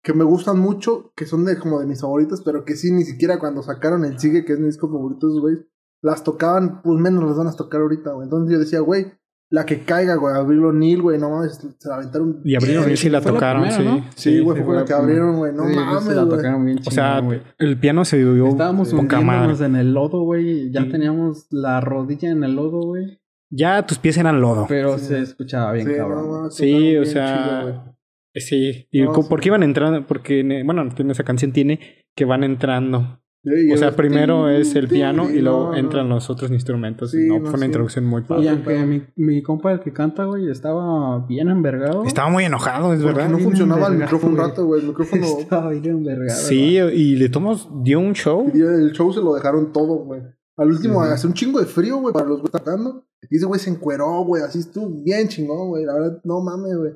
B: que me gustan mucho, que son de como de mis favoritas, pero que sí, ni siquiera cuando sacaron el Sigue, que es mi disco favorito de esos güeyes, las tocaban, pues menos las van a tocar ahorita, güey. Entonces yo decía, güey, la que caiga, güey, Abril O'Neill, güey, no mames, se la aventaron.
A: Y abrieron
B: Sí,
A: y sí la
C: fue la
A: tocaron,
C: primera,
A: sí.
C: ¿no?
B: Sí, güey, fue
C: sí, fue
B: la
C: la
B: que
C: primera.
B: abrieron, güey, no
C: Sí, se
B: mames,
C: la
B: güey.
C: tocaron bien
A: O sea,
C: chingón, güey.
A: el piano se dio
C: Estábamos
A: poca
C: hundiéndonos
A: madre. Mm.
C: en el lodo, güey. y Ya
A: Sí.
C: teníamos la rodilla en el lodo, güey.
A: Ya tus pies eran lodo.
C: Pero
B: Sí.
C: se escuchaba bien,
B: Sí,
C: cabrón.
B: no mames, tocaron
A: Sí, o
B: bien
A: sea,
B: chido, güey.
A: sí. Y
B: No,
A: co-
B: sí.
A: porque iban entrando, porque en- bueno, en esa canción tiene que van entrando.
B: Sí, y
A: O sea,
B: el-
A: primero
B: tin,
A: es el
B: tin,
A: piano y
B: no,
A: luego
B: no.
A: entran los otros instrumentos.
B: Sí,
A: no,
B: no,
A: fue una
B: sí.
A: introducción muy
C: Y
A: padre.
C: aunque mi, mi compa, el que canta, güey, estaba bien envergado.
A: Estaba muy enojado, es
B: Porque
A: verdad.
B: no
C: Bien
B: funcionaba el
C: envergado,
B: micrófono un
C: güey.
B: rato, güey. El
A: *laughs*
B: micrófono.
C: *laughs* Estaba bien envergado.
A: Sí, y de tomos dio un show.
B: y el show se lo dejaron todo, güey. Al último,
C: Sí, sí.
B: hace un chingo de frío, güey, para los güeyes tocando. Y ese güey se encueró, güey. Así estuvo bien chingón, güey. La verdad, no mames, güey.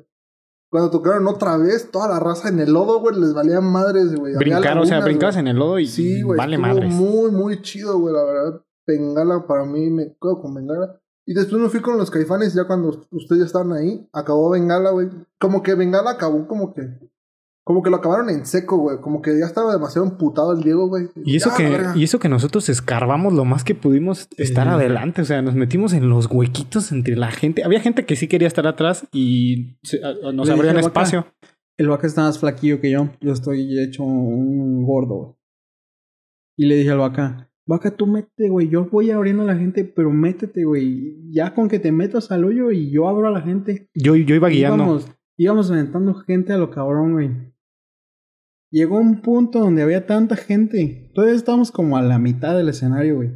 B: Cuando tocaron otra vez, toda la raza en el lodo, güey, les valía madres, güey. Había
A: Brincar, o sea,
B: lagunas,
A: brincabas
B: güey.
A: en el lodo y
B: Sí, güey.
A: vale
B: estuvo
A: madres.
B: Muy, muy chido, güey, la verdad. Bengala para mí, me quedo con Bengala. Y después me fui con los caifanes, ya cuando ustedes ya estaban ahí, acabó Bengala, güey. Como que Bengala acabó, como que. Como que lo acabaron en seco, güey. Como que ya estaba demasiado emputado el Diego, güey.
A: Y eso,
B: Ya,
A: que,
B: verga. Eh.
A: y eso que nosotros escarbamos lo más que pudimos estar adelante, o sea, nos metimos en los huequitos entre la gente. Había gente que sí quería estar atrás y se- a- a- nos
C: Le
A: abrían
C: dije, "Vaca".
A: espacio.
C: El vaca está más flaquillo que yo. Yo estoy hecho un gordo, güey. Y le dije al vaca, vaca, tú métete, güey. Yo voy abriendo a la gente, pero métete, güey. Ya con que te metas al hoyo y yo abro a la gente.
A: Yo, yo iba guiando.
C: Íbamos, íbamos aventando gente a lo cabrón, güey. Llegó un punto donde había tanta gente. Todavía estábamos como a la mitad del escenario, güey.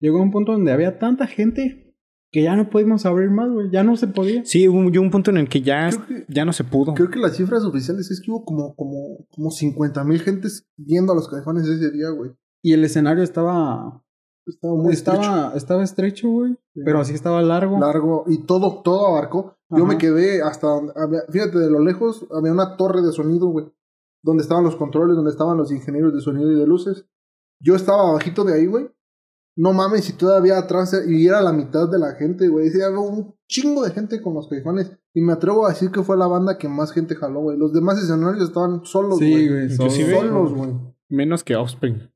C: Llegó un punto donde había tanta gente que ya no pudimos abrir más, güey. Ya no se podía.
A: Sí, hubo un, yo un punto en el que ya,
B: Creo que-
A: ya no se pudo.
B: Creo que las cifras oficiales es que hubo como, como, como 50 mil gentes viendo a los caifanes ese día, güey.
C: Y el escenario estaba
B: Estaba muy estrecho,
C: estaba, estaba estrecho, güey. Pero así estaba largo.
B: largo y todo, todo abarcó. Yo
C: Ajá.
B: me quedé hasta donde había- fíjate, de lo lejos había una torre de sonido, güey. Donde estaban los controles, donde estaban los ingenieros de sonido y de luces. Yo estaba abajito de ahí, güey. No mames, si todavía atrás y era la mitad de la gente, güey. Ese día Había un chingo de gente con los caifanes. Y me atrevo a decir que fue la banda que más gente jaló, güey. Los demás escenarios estaban solos, güey.
C: sí, güey.
A: Inclusive-
B: solos, güey.
A: Menos que Offspring.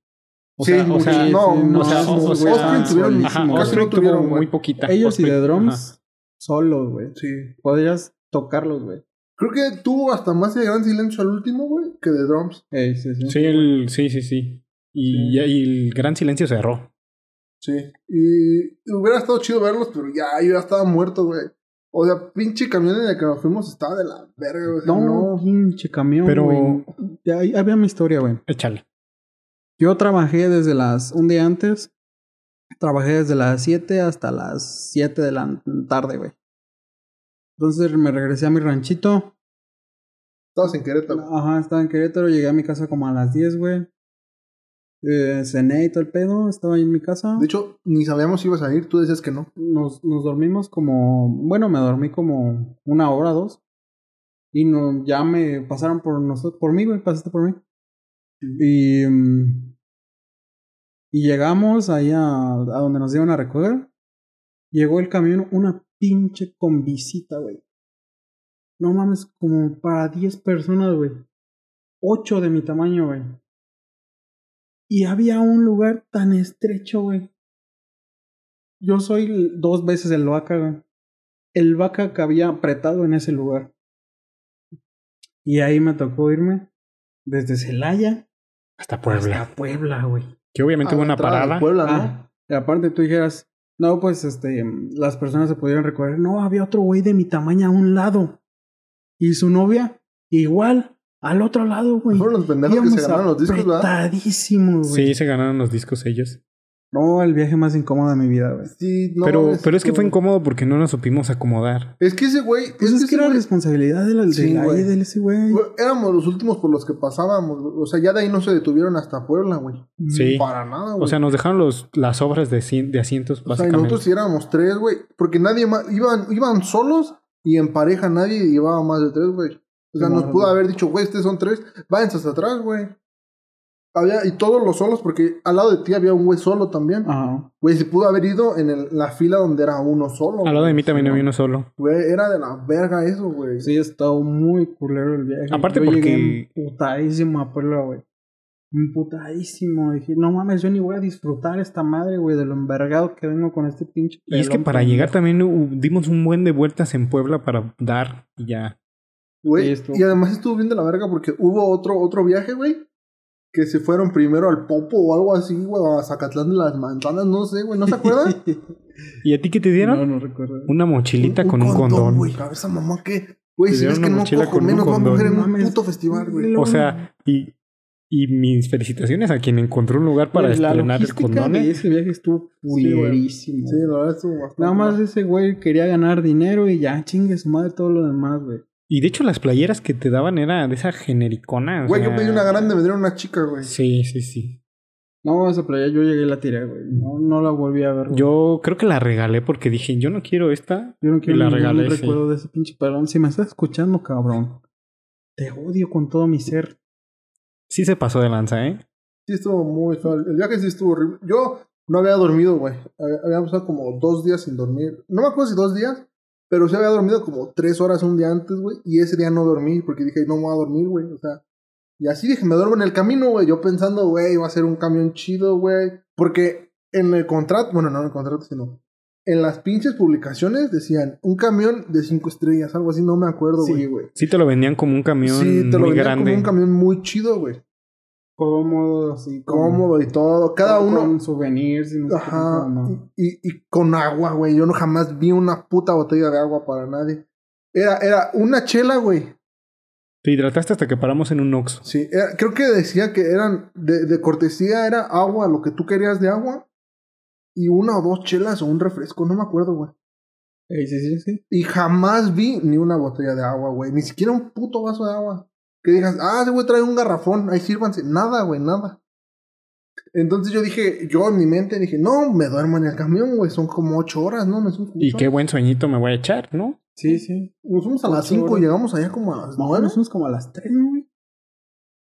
A: O
B: Sí,
A: sea, o
B: mucho-
A: sea,
B: no,
A: o sea,
B: sí,
A: o- o
B: güey,
A: sea,
B: Offspring tuvieron-
A: ajá,
B: casi no
A: Offspring tuvo
B: tuvieron,
A: muy
B: güey.
A: poquita.
C: Ellos y
A: Offspring,
C: The Drums
A: ajá.
C: solos, güey.
B: Sí.
C: Podrías tocarlos, güey.
B: Creo que tuvo hasta más de gran silencio al último, güey, que de drums.
C: Ey, sí, sí.
A: Sí, el- sí, sí, sí. Y,
B: Sí.
A: y el gran silencio cerró.
B: Sí. Y hubiera estado chido verlos, pero ya, yo ya estaba muerto, güey. O sea, pinche camión en el que nos fuimos estaba de la verga, güey. O sea,
C: No,
B: No.
C: pinche camión,
A: Pero-
C: güey. De ahí había mi historia, güey.
A: Échale.
C: Yo trabajé desde las... Un día antes. Trabajé desde las 7 hasta las 7 de la tarde, güey. Entonces me regresé a mi ranchito.
B: Estabas en Querétaro.
C: Ajá, estaba en Querétaro, llegué a mi casa como a las 10, güey. Eh, cené y todo el pedo, estaba ahí en mi casa.
B: De hecho, ni sabíamos si ibas a ir, tú decías que no.
C: Nos, nos dormimos como, bueno, me dormí como una hora, dos. Y no, ya me pasaron por nosotros, por mí, güey, pasaste por mí. Y, mm, y llegamos ahí a, a donde nos dieron a recoger. Llegó el camión, una pinche convisita, güey. No mames, como para 10 personas, güey. 8 de mi tamaño, güey. Y había un lugar tan estrecho, güey. Yo soy l- dos veces el vaca, güey. El vaca que había apretado en ese lugar. Y ahí me tocó irme desde Celaya
A: Hasta Puebla.
C: hasta Puebla, güey.
A: Que obviamente
B: A
A: hubo
B: la
A: una
B: entrada de
A: parada.
B: Puebla, ¿no?
C: Ah, y aparte tú dijeras, no, pues este, las personas se pudieron recorrer. No, había otro güey de mi tamaño a un lado. Y su novia, igual, al otro lado,
B: Pues
C: güey.
B: Fueron los pendejos que se
C: Íbamos
B: ganaron los discos, ¿verdad?
C: apretadísimos, güey.
A: Sí, se ganaron los discos ellos.
C: No, el viaje más incómodo de mi vida, güey.
B: Sí, no.
A: pero,
B: mames,
A: pero es que fue
B: tú-
A: incómodo porque no nos supimos acomodar.
B: Es que ese güey.
C: Pues es,
B: ese
C: que era
B: güey-
C: responsabilidad de la, de
B: Sí,
C: la-
B: güey.
C: de ese güey.
B: güey, Éramos los últimos por los que pasábamos, güey. O sea, ya de ahí no se detuvieron hasta Puebla, güey.
A: Sí.
B: Para nada, güey.
A: O sea, nos dejaron los, las obras de, cien- de asientos,
B: O sea, y
A: básicamente.
B: nosotros sí éramos tres, güey. Porque nadie más. Iban, iban solos y en pareja nadie llevaba más de tres, güey. O sea,
C: Sí,
B: nos
C: no,
B: pudo
C: no.
B: haber dicho, güey, ustedes son tres, váyanse hasta atrás, güey. Había, y todos los solos, porque al lado de ti había un güey solo también.
A: Ah.
C: Ajá.
B: Güey, se pudo haber ido en el- la fila donde era uno solo.
A: Al lado de mí también había
B: había
A: uno solo.
B: Güey, era de la verga eso, güey.
C: Sí, ha estado muy culero el viaje.
A: Aparte
C: yo
A: porque-
C: llegué emputadísimo a Puebla, güey. Emputadísimo. Dije, no mames, yo ni voy a disfrutar esta madre, güey, de lo envergado que vengo con este pinche.
A: Y es que
C: pelón,
A: para
C: pendejo.
A: llegar también hu- dimos un buen de vueltas en Puebla para dar y ya.
B: Güey,
C: Sí, estuvo-
B: y además estuvo bien de la verga porque hubo otro, otro viaje, güey. Que se fueron primero al Popo o algo así, güey, o a Zacatlán de las Manzanas, no sé, güey, ¿no
A: *laughs*
B: se acuerdan?
C: *laughs*
A: ¿Y a ti qué te dieron?
C: No, no recuerdo.
A: Una mochilita con un condón.
B: Güey, a esa mamá que. Güey,
A: Te
B: si
A: dieron
B: ves que
A: una
B: no
A: mochila
B: cojo
A: con un
B: menos, va a
A: condón.
B: coger en
C: No
B: un
C: mames.
B: puto festival, güey.
A: o sea, y, y mis felicitaciones a quien encontró un lugar para
C: Güey, la
A: estrenar el
C: logística
A: condón. ¿eh?
C: de ese viaje estuvo
B: güey.
C: culerísimo.
B: Sí, la verdad estuvo bastante.
C: Nada más
B: mal.
C: ese güey quería ganar dinero y ya, chingue su madre todo lo demás, güey.
A: Y de hecho las playeras que te daban era de esa genericona. o
B: Güey, yo
A: sea-
B: pedí una grande, me dieron una chica, güey.
A: Sí, sí, sí.
C: No, esa playa yo llegué y la tiré, güey. No, no la volví a ver. güey.
A: Yo creo que la regalé porque dije, yo no quiero esta.
C: Yo no quiero
A: Y la
C: ningún
A: regalé, sí.
C: recuerdo de ese pinche pelón. Si me estás escuchando, cabrón. Te odio con todo mi ser.
A: Sí se pasó de lanza, ¿eh?
B: Sí, estuvo muy feo. El viaje sí estuvo horrible. Yo no había dormido, güey. Había- Habíamos estado como dos días sin dormir. No me acuerdo si dos días, pero sí había dormido como tres horas un día antes, güey. Y ese día no dormí porque dije, no me voy a dormir, güey. O sea, y así dije, me duermo en el camino, güey. Yo pensando, güey, va a ser un camión chido, güey. Porque en el contrato, bueno, no en el contrato, sino en las pinches publicaciones decían un camión de cinco estrellas, algo así, no me acuerdo, güey.
C: güey.
A: Sí te lo vendían como un camión
B: Sí, te lo
A: muy
B: vendían
A: grande.
B: como un camión muy chido, güey.
C: Cómodo, así.
B: Cómodo y todo. Cada
C: con-
B: uno.
C: Con souvenirs y no sé qué
B: Ajá.
C: tanto, Este, no.
B: Y, y con agua, güey. Yo no jamás vi una puta botella de agua para nadie. Era, era una chela, güey.
A: Te hidrataste hasta que paramos en un Oxxo.
B: Sí, era- creo que decía que eran de, de cortesía, era agua, lo que tú querías de agua. Y una o dos chelas o un refresco, no me acuerdo, güey.
C: Ey, sí, sí, sí.
B: Y jamás vi ni una botella de agua, güey. Ni siquiera un puto vaso de agua. Que digas, ah, ese güey trae un garrafón, ahí sírvanse. Nada, güey, nada. Entonces yo dije, yo en mi mente dije, no, me duermo en el camión, güey. Son como ocho horas, ¿no? no son como
A: Y
B: ocho
A: qué buen sueñito me voy a echar, ¿no?
C: Sí, sí.
B: Nos fuimos a las
C: Ocho
B: 5
C: horas.
B: y llegamos allá como a las
C: No,
B: 9,
C: nos fuimos como a las 3, güey.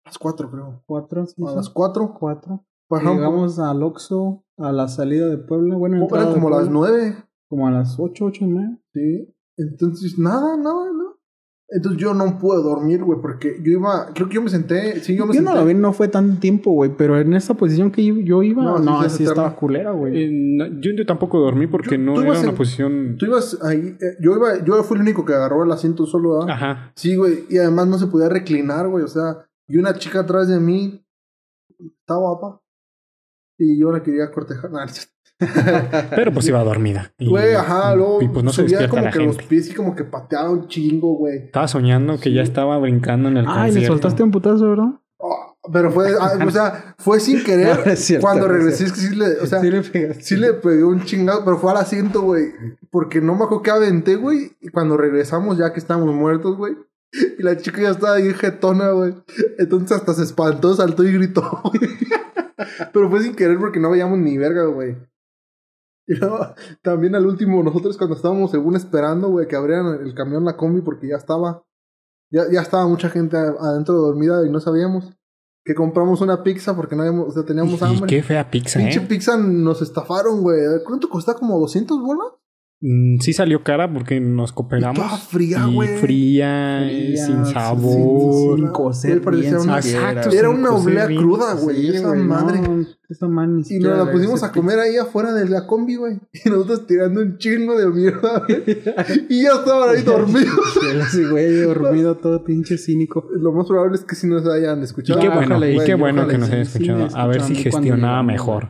B: a las 4 creo.
C: Cuatro, sí.
B: A
C: sí.
B: las 4.
C: Cuatro.
B: Bajamos.
C: Llegamos al Oxxo, a la salida de Puebla. Bueno, entrada
B: Era
C: de
B: Oh, como a las
C: Puebla,
B: 9.
C: Como a las ocho, ocho y media.
B: Sí. Entonces, nada, nada, nada. Entonces yo no pude dormir, güey, porque yo iba, creo que yo me senté, sí, yo
C: Yo,
B: me
C: no
B: senté.
C: la vi, no fue tanto tiempo, güey. Pero en esa posición que yo, yo iba,
B: No,
C: no,
B: sí, sí, es
C: así estaba
B: eterna.
C: culera, güey.
A: Eh, no, yo, yo tampoco dormí porque
B: Yo-
A: no
B: tú
A: era
B: ibas
A: una
B: en-
A: posición...
B: Tú ibas ahí, eh, yo iba, yo fui el único que agarró el asiento solo,
C: Ah.
B: ¿verdad?
A: Ajá.
B: Sí, güey, y además no se podía reclinar, güey, o sea, y una chica atrás de mí, está guapa, y yo la quería cortejar. Nah, no es cierto.
A: Pero pues iba dormida. Y-
B: Güey, ajá, luego
A: Y pues no se
B: subía
A: despierta
B: como
A: la
B: que los
A: gente.
B: pies y como que pateaba un chingo, güey.
A: Estaba soñando que
B: Sí.
A: ya estaba brincando en el
C: Ay, le
A: concierto.
C: soltaste un putazo, ¿verdad?
B: Oh, pero fue, ah, o sea, fue sin querer.
C: *laughs* No, no es cierto,
B: Cuando
C: no es
B: regresé, es que sí le, o sea,
C: Sí
B: sí,
C: le pegaste.
B: le pegué un chingado, pero fue al asiento, güey. Porque no me acuerdo que aventé, güey. Y cuando regresamos, ya que estábamos muertos, güey. Y la chica ya estaba ahí jetona, güey. Entonces hasta se espantó, saltó y gritó, *laughs* güey. Pero fue sin querer porque no veíamos ni verga, güey. Y luego, también al último, nosotros cuando estábamos según esperando, güey, que abrieran el camión, la combi, porque ya estaba. Ya, ya estaba mucha gente a- adentro dormida y no sabíamos. Que compramos una pizza porque no habíamos, o sea, teníamos
A: Y
B: hambre.
A: qué fea pizza,
B: Pinche
A: ¿eh?
B: pizza nos estafaron, güey. ¿Cuánto costaba? ¿Como 200 bolas?
A: Mm, sí salió cara porque nos cooperamos.
B: Estaba fría,
A: Y
B: güey.
A: fría, eh,
C: Fría,
A: sin
C: sin-
A: sabor.
B: sin-
C: Sin coser
B: Güey, parecía
C: bien, sin
B: una-
A: Exacto,
C: siquiera.
A: sí,
B: Era una
A: pues, sí,
B: oblea
A: bien.
B: cruda, güey.
C: Sí,
B: esa
C: güey,
B: madre.
C: no, esa madre ni
B: Y
C: siquiera
B: nos la
C: le
B: pusimos a
C: agradece. *laughs*
B: comer ahí afuera de la combi, güey. *laughs* Y nosotros tirando un chingo de mierda, güey. Y ya estaban
C: *laughs*
B: ahí dormidos.
C: Sí,
B: *laughs*
C: güey, dormido todo pinche cínico.
B: Lo más probable es que sí nos hayan
A: Y
B: escuchado.
A: qué
C: Ah,
A: bueno,
C: ojalá
A: y
C: y-
A: qué bueno
B: ojalá
A: que
B: y
A: nos
B: sí,
A: hayan
C: sí me
A: escuchado. a ver si
C: escucharon a mí cuando
A: gestionaba
C: llegamos,
A: mejor.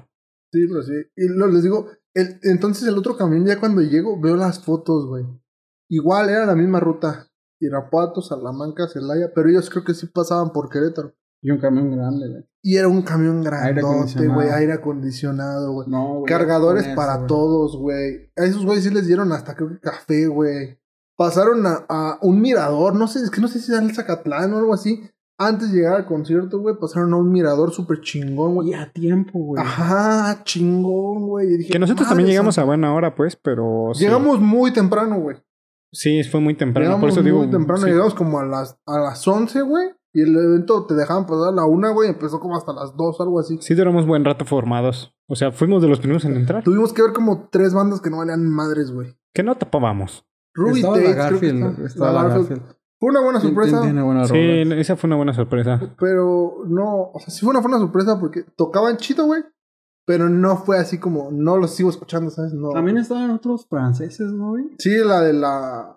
B: Sí, pero sí. Y lo- les digo, el, entonces el otro camión, ya cuando llego, veo las fotos, güey. Igual era la misma ruta. Irapuato, Salamanca, Celaya. Pero ellos creo que sí pasaban por Querétaro.
C: Y un camión grande, güey.
B: Y era un camión grandote,
C: acondicionado.
B: güey. Aire acondicionado, güey.
C: No, güey,
B: Cargadores
C: con eso,
B: para
C: güey.
B: todos, güey. A esos güeyes sí les dieron hasta creo que café, güey. Pasaron a, a un mirador, no sé, es que no sé si era el Zacatlán o algo así. Antes de llegar al concierto, güey, pasaron a un mirador súper chingón, güey. Ah,
C: Y a tiempo, güey.
B: Ajá, chingón, güey. Y dije,
A: Que nosotros
B: "Madre
A: también llegamos
B: santa".
A: a buena hora, pues, pero... sí.
B: Llegamos muy temprano, güey.
A: Sí, fue muy temprano.
B: Llegamos
A: por eso digo...
B: muy temprano,
A: sí.
B: llegamos como a las, a las 11, güey. Y el evento te dejaban pasar a la una, güey. Empezó como hasta las dos, algo así.
A: Sí duramos buen rato formados. O sea, fuimos de los primeros en entrar.
B: Tuvimos que ver como tres bandas que no valían madres, güey.
A: Que no tapábamos.
B: Ruby
C: estaba
B: Tates,
C: la
B: creo que
C: Garfield.
B: está-
C: estaba
B: la Garfield. Fue una buena
C: Tien-
B: sorpresa.
C: Tiene buena
A: Sí, esa fue una buena sorpresa.
B: Pero no, o sea, sí fue una buena sorpresa porque tocaban chido, güey. Pero no fue así como, no los sigo escuchando, ¿sabes? No.
C: También estaban otros franceses, ¿no, güey?
B: Sí, la de la.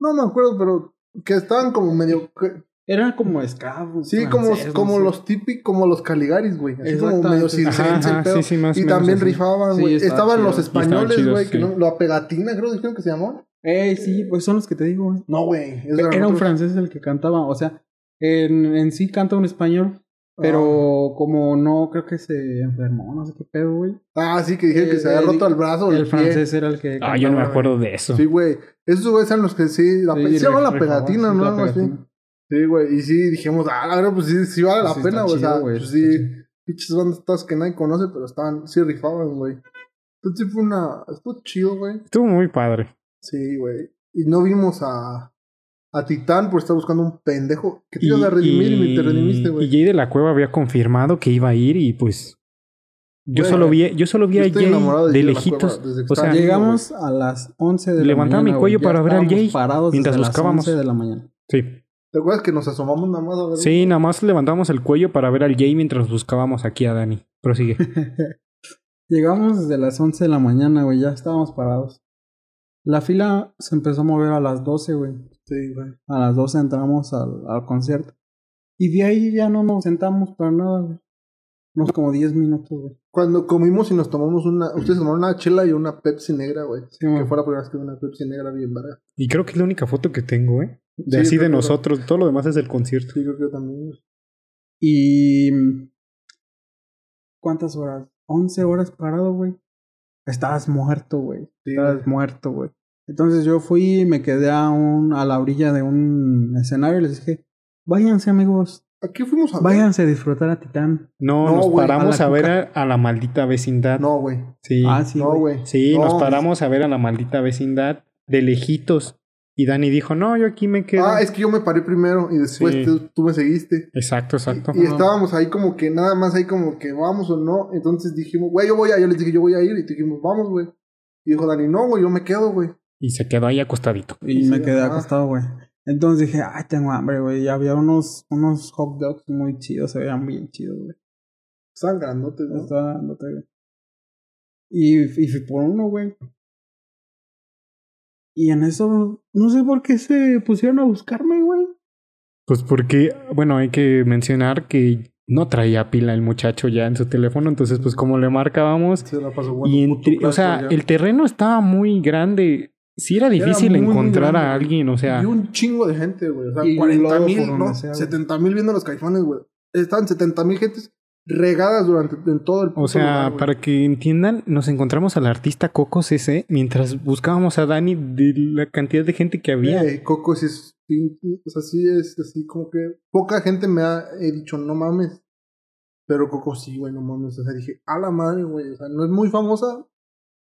B: No me acuerdo, pero que estaban como medio. que-
C: Eran como escabros.
B: Sí, como, como los típicos, como los Caligaris, güey. Así como
C: Exactamente.
B: medio
C: Ajá,
B: circense el
A: ajá,
B: pedo.
A: sí, sí, más o
B: y
A: menos
B: también
A: así.
B: rifaban,
C: Sí,
B: güey.
C: estaban
B: Estaban los
C: chidos. Y
A: estaban
B: españoles,
A: chidos,
B: güey.
A: sí.
B: que no- la pegatina, creo, dijeron que se llamó.
C: Eh, sí, pues son los que te digo, güey.
B: No, güey. esos eran
C: Era un
B: otros.
C: francés el que cantaba, o sea, en, en sí canta un español,
B: Ah, Oh.
C: pero como no creo que se enfermó, no sé qué pedo, güey.
B: Ah, sí, que dijeron que
C: Eh,
B: se había
C: eh,
B: roto el brazo. o
C: El
B: pie.
C: francés era el que
A: Ah, yo no me
C: cantaba,
A: acuerdo de eso.
B: Sí, güey. Esos güeyes eran los que sí. La,
C: güey.
B: pe-
C: Sí,
B: se llama la
C: re- re-
B: pegatina,
C: sí,
B: ¿no?
C: la
B: Algo así.
C: pegatina.
B: Sí, güey. Y sí, dijimos, ah, la verdad, pues sí, sí vale la
C: Sí, está
B: pena, güey. O sea,
C: chido, güey,
B: pues
C: está
B: sí,
C: chido.
B: pinches bandas todas que nadie conoce, pero estaban, sí rifaban, güey. Entonces sí fue una. Estuvo chido, güey.
A: Estuvo muy padre.
B: Sí, güey. Y no vimos a. A Titán por estar buscando un pendejo que te ibas a redimir y, ni te redimiste,
A: y
B: güey.
A: Jay de la Cueva había confirmado que iba a ir y pues... Yo
B: Güey,
A: solo vi, yo solo vi
B: Yo
A: a
B: estoy
A: Jay
B: enamorado
A: de
B: Jay la
A: lejitos.
B: Cueva desde que
A: O sea,
B: estaba niño,
C: Llegamos a las 11 de la mañana.
A: Levantaba mi
C: güey,
A: cuello
C: ya
A: para ver al
C: estábamos
A: Jay
C: parados
A: mientras
C: desde
A: buscábamos.
C: Las 11 de la mañana.
A: Sí.
B: güey. ¿Te acuerdas que nos asomamos nada más a ver?
A: Sí, nada más levantamos el cuello para ver al Jay mientras buscábamos aquí a Dani.
B: *laughs*
A: Prosigue.
C: Llegamos desde las 11 de la mañana, güey, ya estábamos parados. La fila se empezó a mover a las 12, güey.
B: Sí, güey.
C: A las 12 entramos al, al concierto. Y de ahí ya no nos sentamos para nada, güey. Unos como 10 minutos, güey.
B: Cuando comimos y nos tomamos una. Ustedes tomaron una chela y una Pepsi negra, güey.
C: Sí,
B: Que
C: güey.
B: fue la primera vez que vi una Pepsi negra bien barata.
A: Y creo que es la única foto que tengo, ¿eh? De
B: Sí,
A: así
B: yo
A: de
B: creo que-
A: nosotros. Todo lo demás es el concierto.
B: Sí, creo que yo también.
C: Y... mm, ¿Cuántas horas? 11 horas parado, güey. Estabas muerto, güey.
B: Sí,
C: Estabas muerto, güey. Entonces yo fui y me quedé a, un, a la orilla de un escenario y les dije, váyanse amigos,
B: ¿A qué fuimos a ver?
C: váyanse a disfrutar a Titán.
A: No,
B: No,
A: nos
B: güey,
A: paramos
C: a
A: a,
C: la
A: ver a, a la maldita vecindad.
B: No, güey.
A: Sí.
C: Ah, sí,
B: no,
C: güey.
B: güey.
A: Sí,
B: No, pues,
A: nos paramos a ver a la maldita vecindad de lejitos. Y Dani dijo, no, yo aquí me quedo.
B: Ah, es que yo me paré primero y después
A: Sí.
B: tú, tú me seguiste.
A: Exacto, exacto.
B: Y estábamos ahí como que nada más ahí como que vamos o no. Entonces dijimos, güey, yo voy a, yo les dije, yo voy a ir. Y dijimos, vamos, güey. Y dijo Dani, no, güey, yo me quedo, güey.
A: Y se quedó ahí acostadito.
C: Y
B: Sí,
C: me quedé
B: ajá.
C: acostado, güey. Entonces dije, ay, tengo hambre, güey. Y había unos, unos hot dogs muy chidos, se veían bien chidos, güey.
B: Estaban grandotes, ¿no?
C: Estaba dándote, güey. Y, y fui por uno, güey. Y en eso, no sé por qué se pusieron a buscarme, güey.
A: Pues porque, bueno, hay que mencionar que no traía pila el muchacho ya en su teléfono. Entonces, pues como le marcábamos.
B: Se la pasó
A: y
B: jugando
A: entre-
B: puto
A: o sea,
B: clásico ya.
A: el terreno estaba muy grande. Sí era difícil
B: muy, muy
A: encontrar
B: grande.
A: a alguien, o sea...
B: Y un chingo de gente, güey. O sea,
C: Y un
B: 40
C: lado
B: mil,
C: por
B: no,
C: donde sea, güey.
B: 70 mil viendo los caifanes, güey. Estaban 70 mil gentes regadas durante en todo el
A: O
B: puto
A: sea,
B: lugar, güey.
A: para que entiendan, nos encontramos al artista Coco CC mientras buscábamos a Dani de la cantidad de gente que había.
B: Eh, Coco sí es pinche, o sea, sí es así como que poca gente me ha he dicho, no mames. Pero Coco sí, güey, no mames. O sea, dije, a la madre, güey. O sea, no es muy famosa,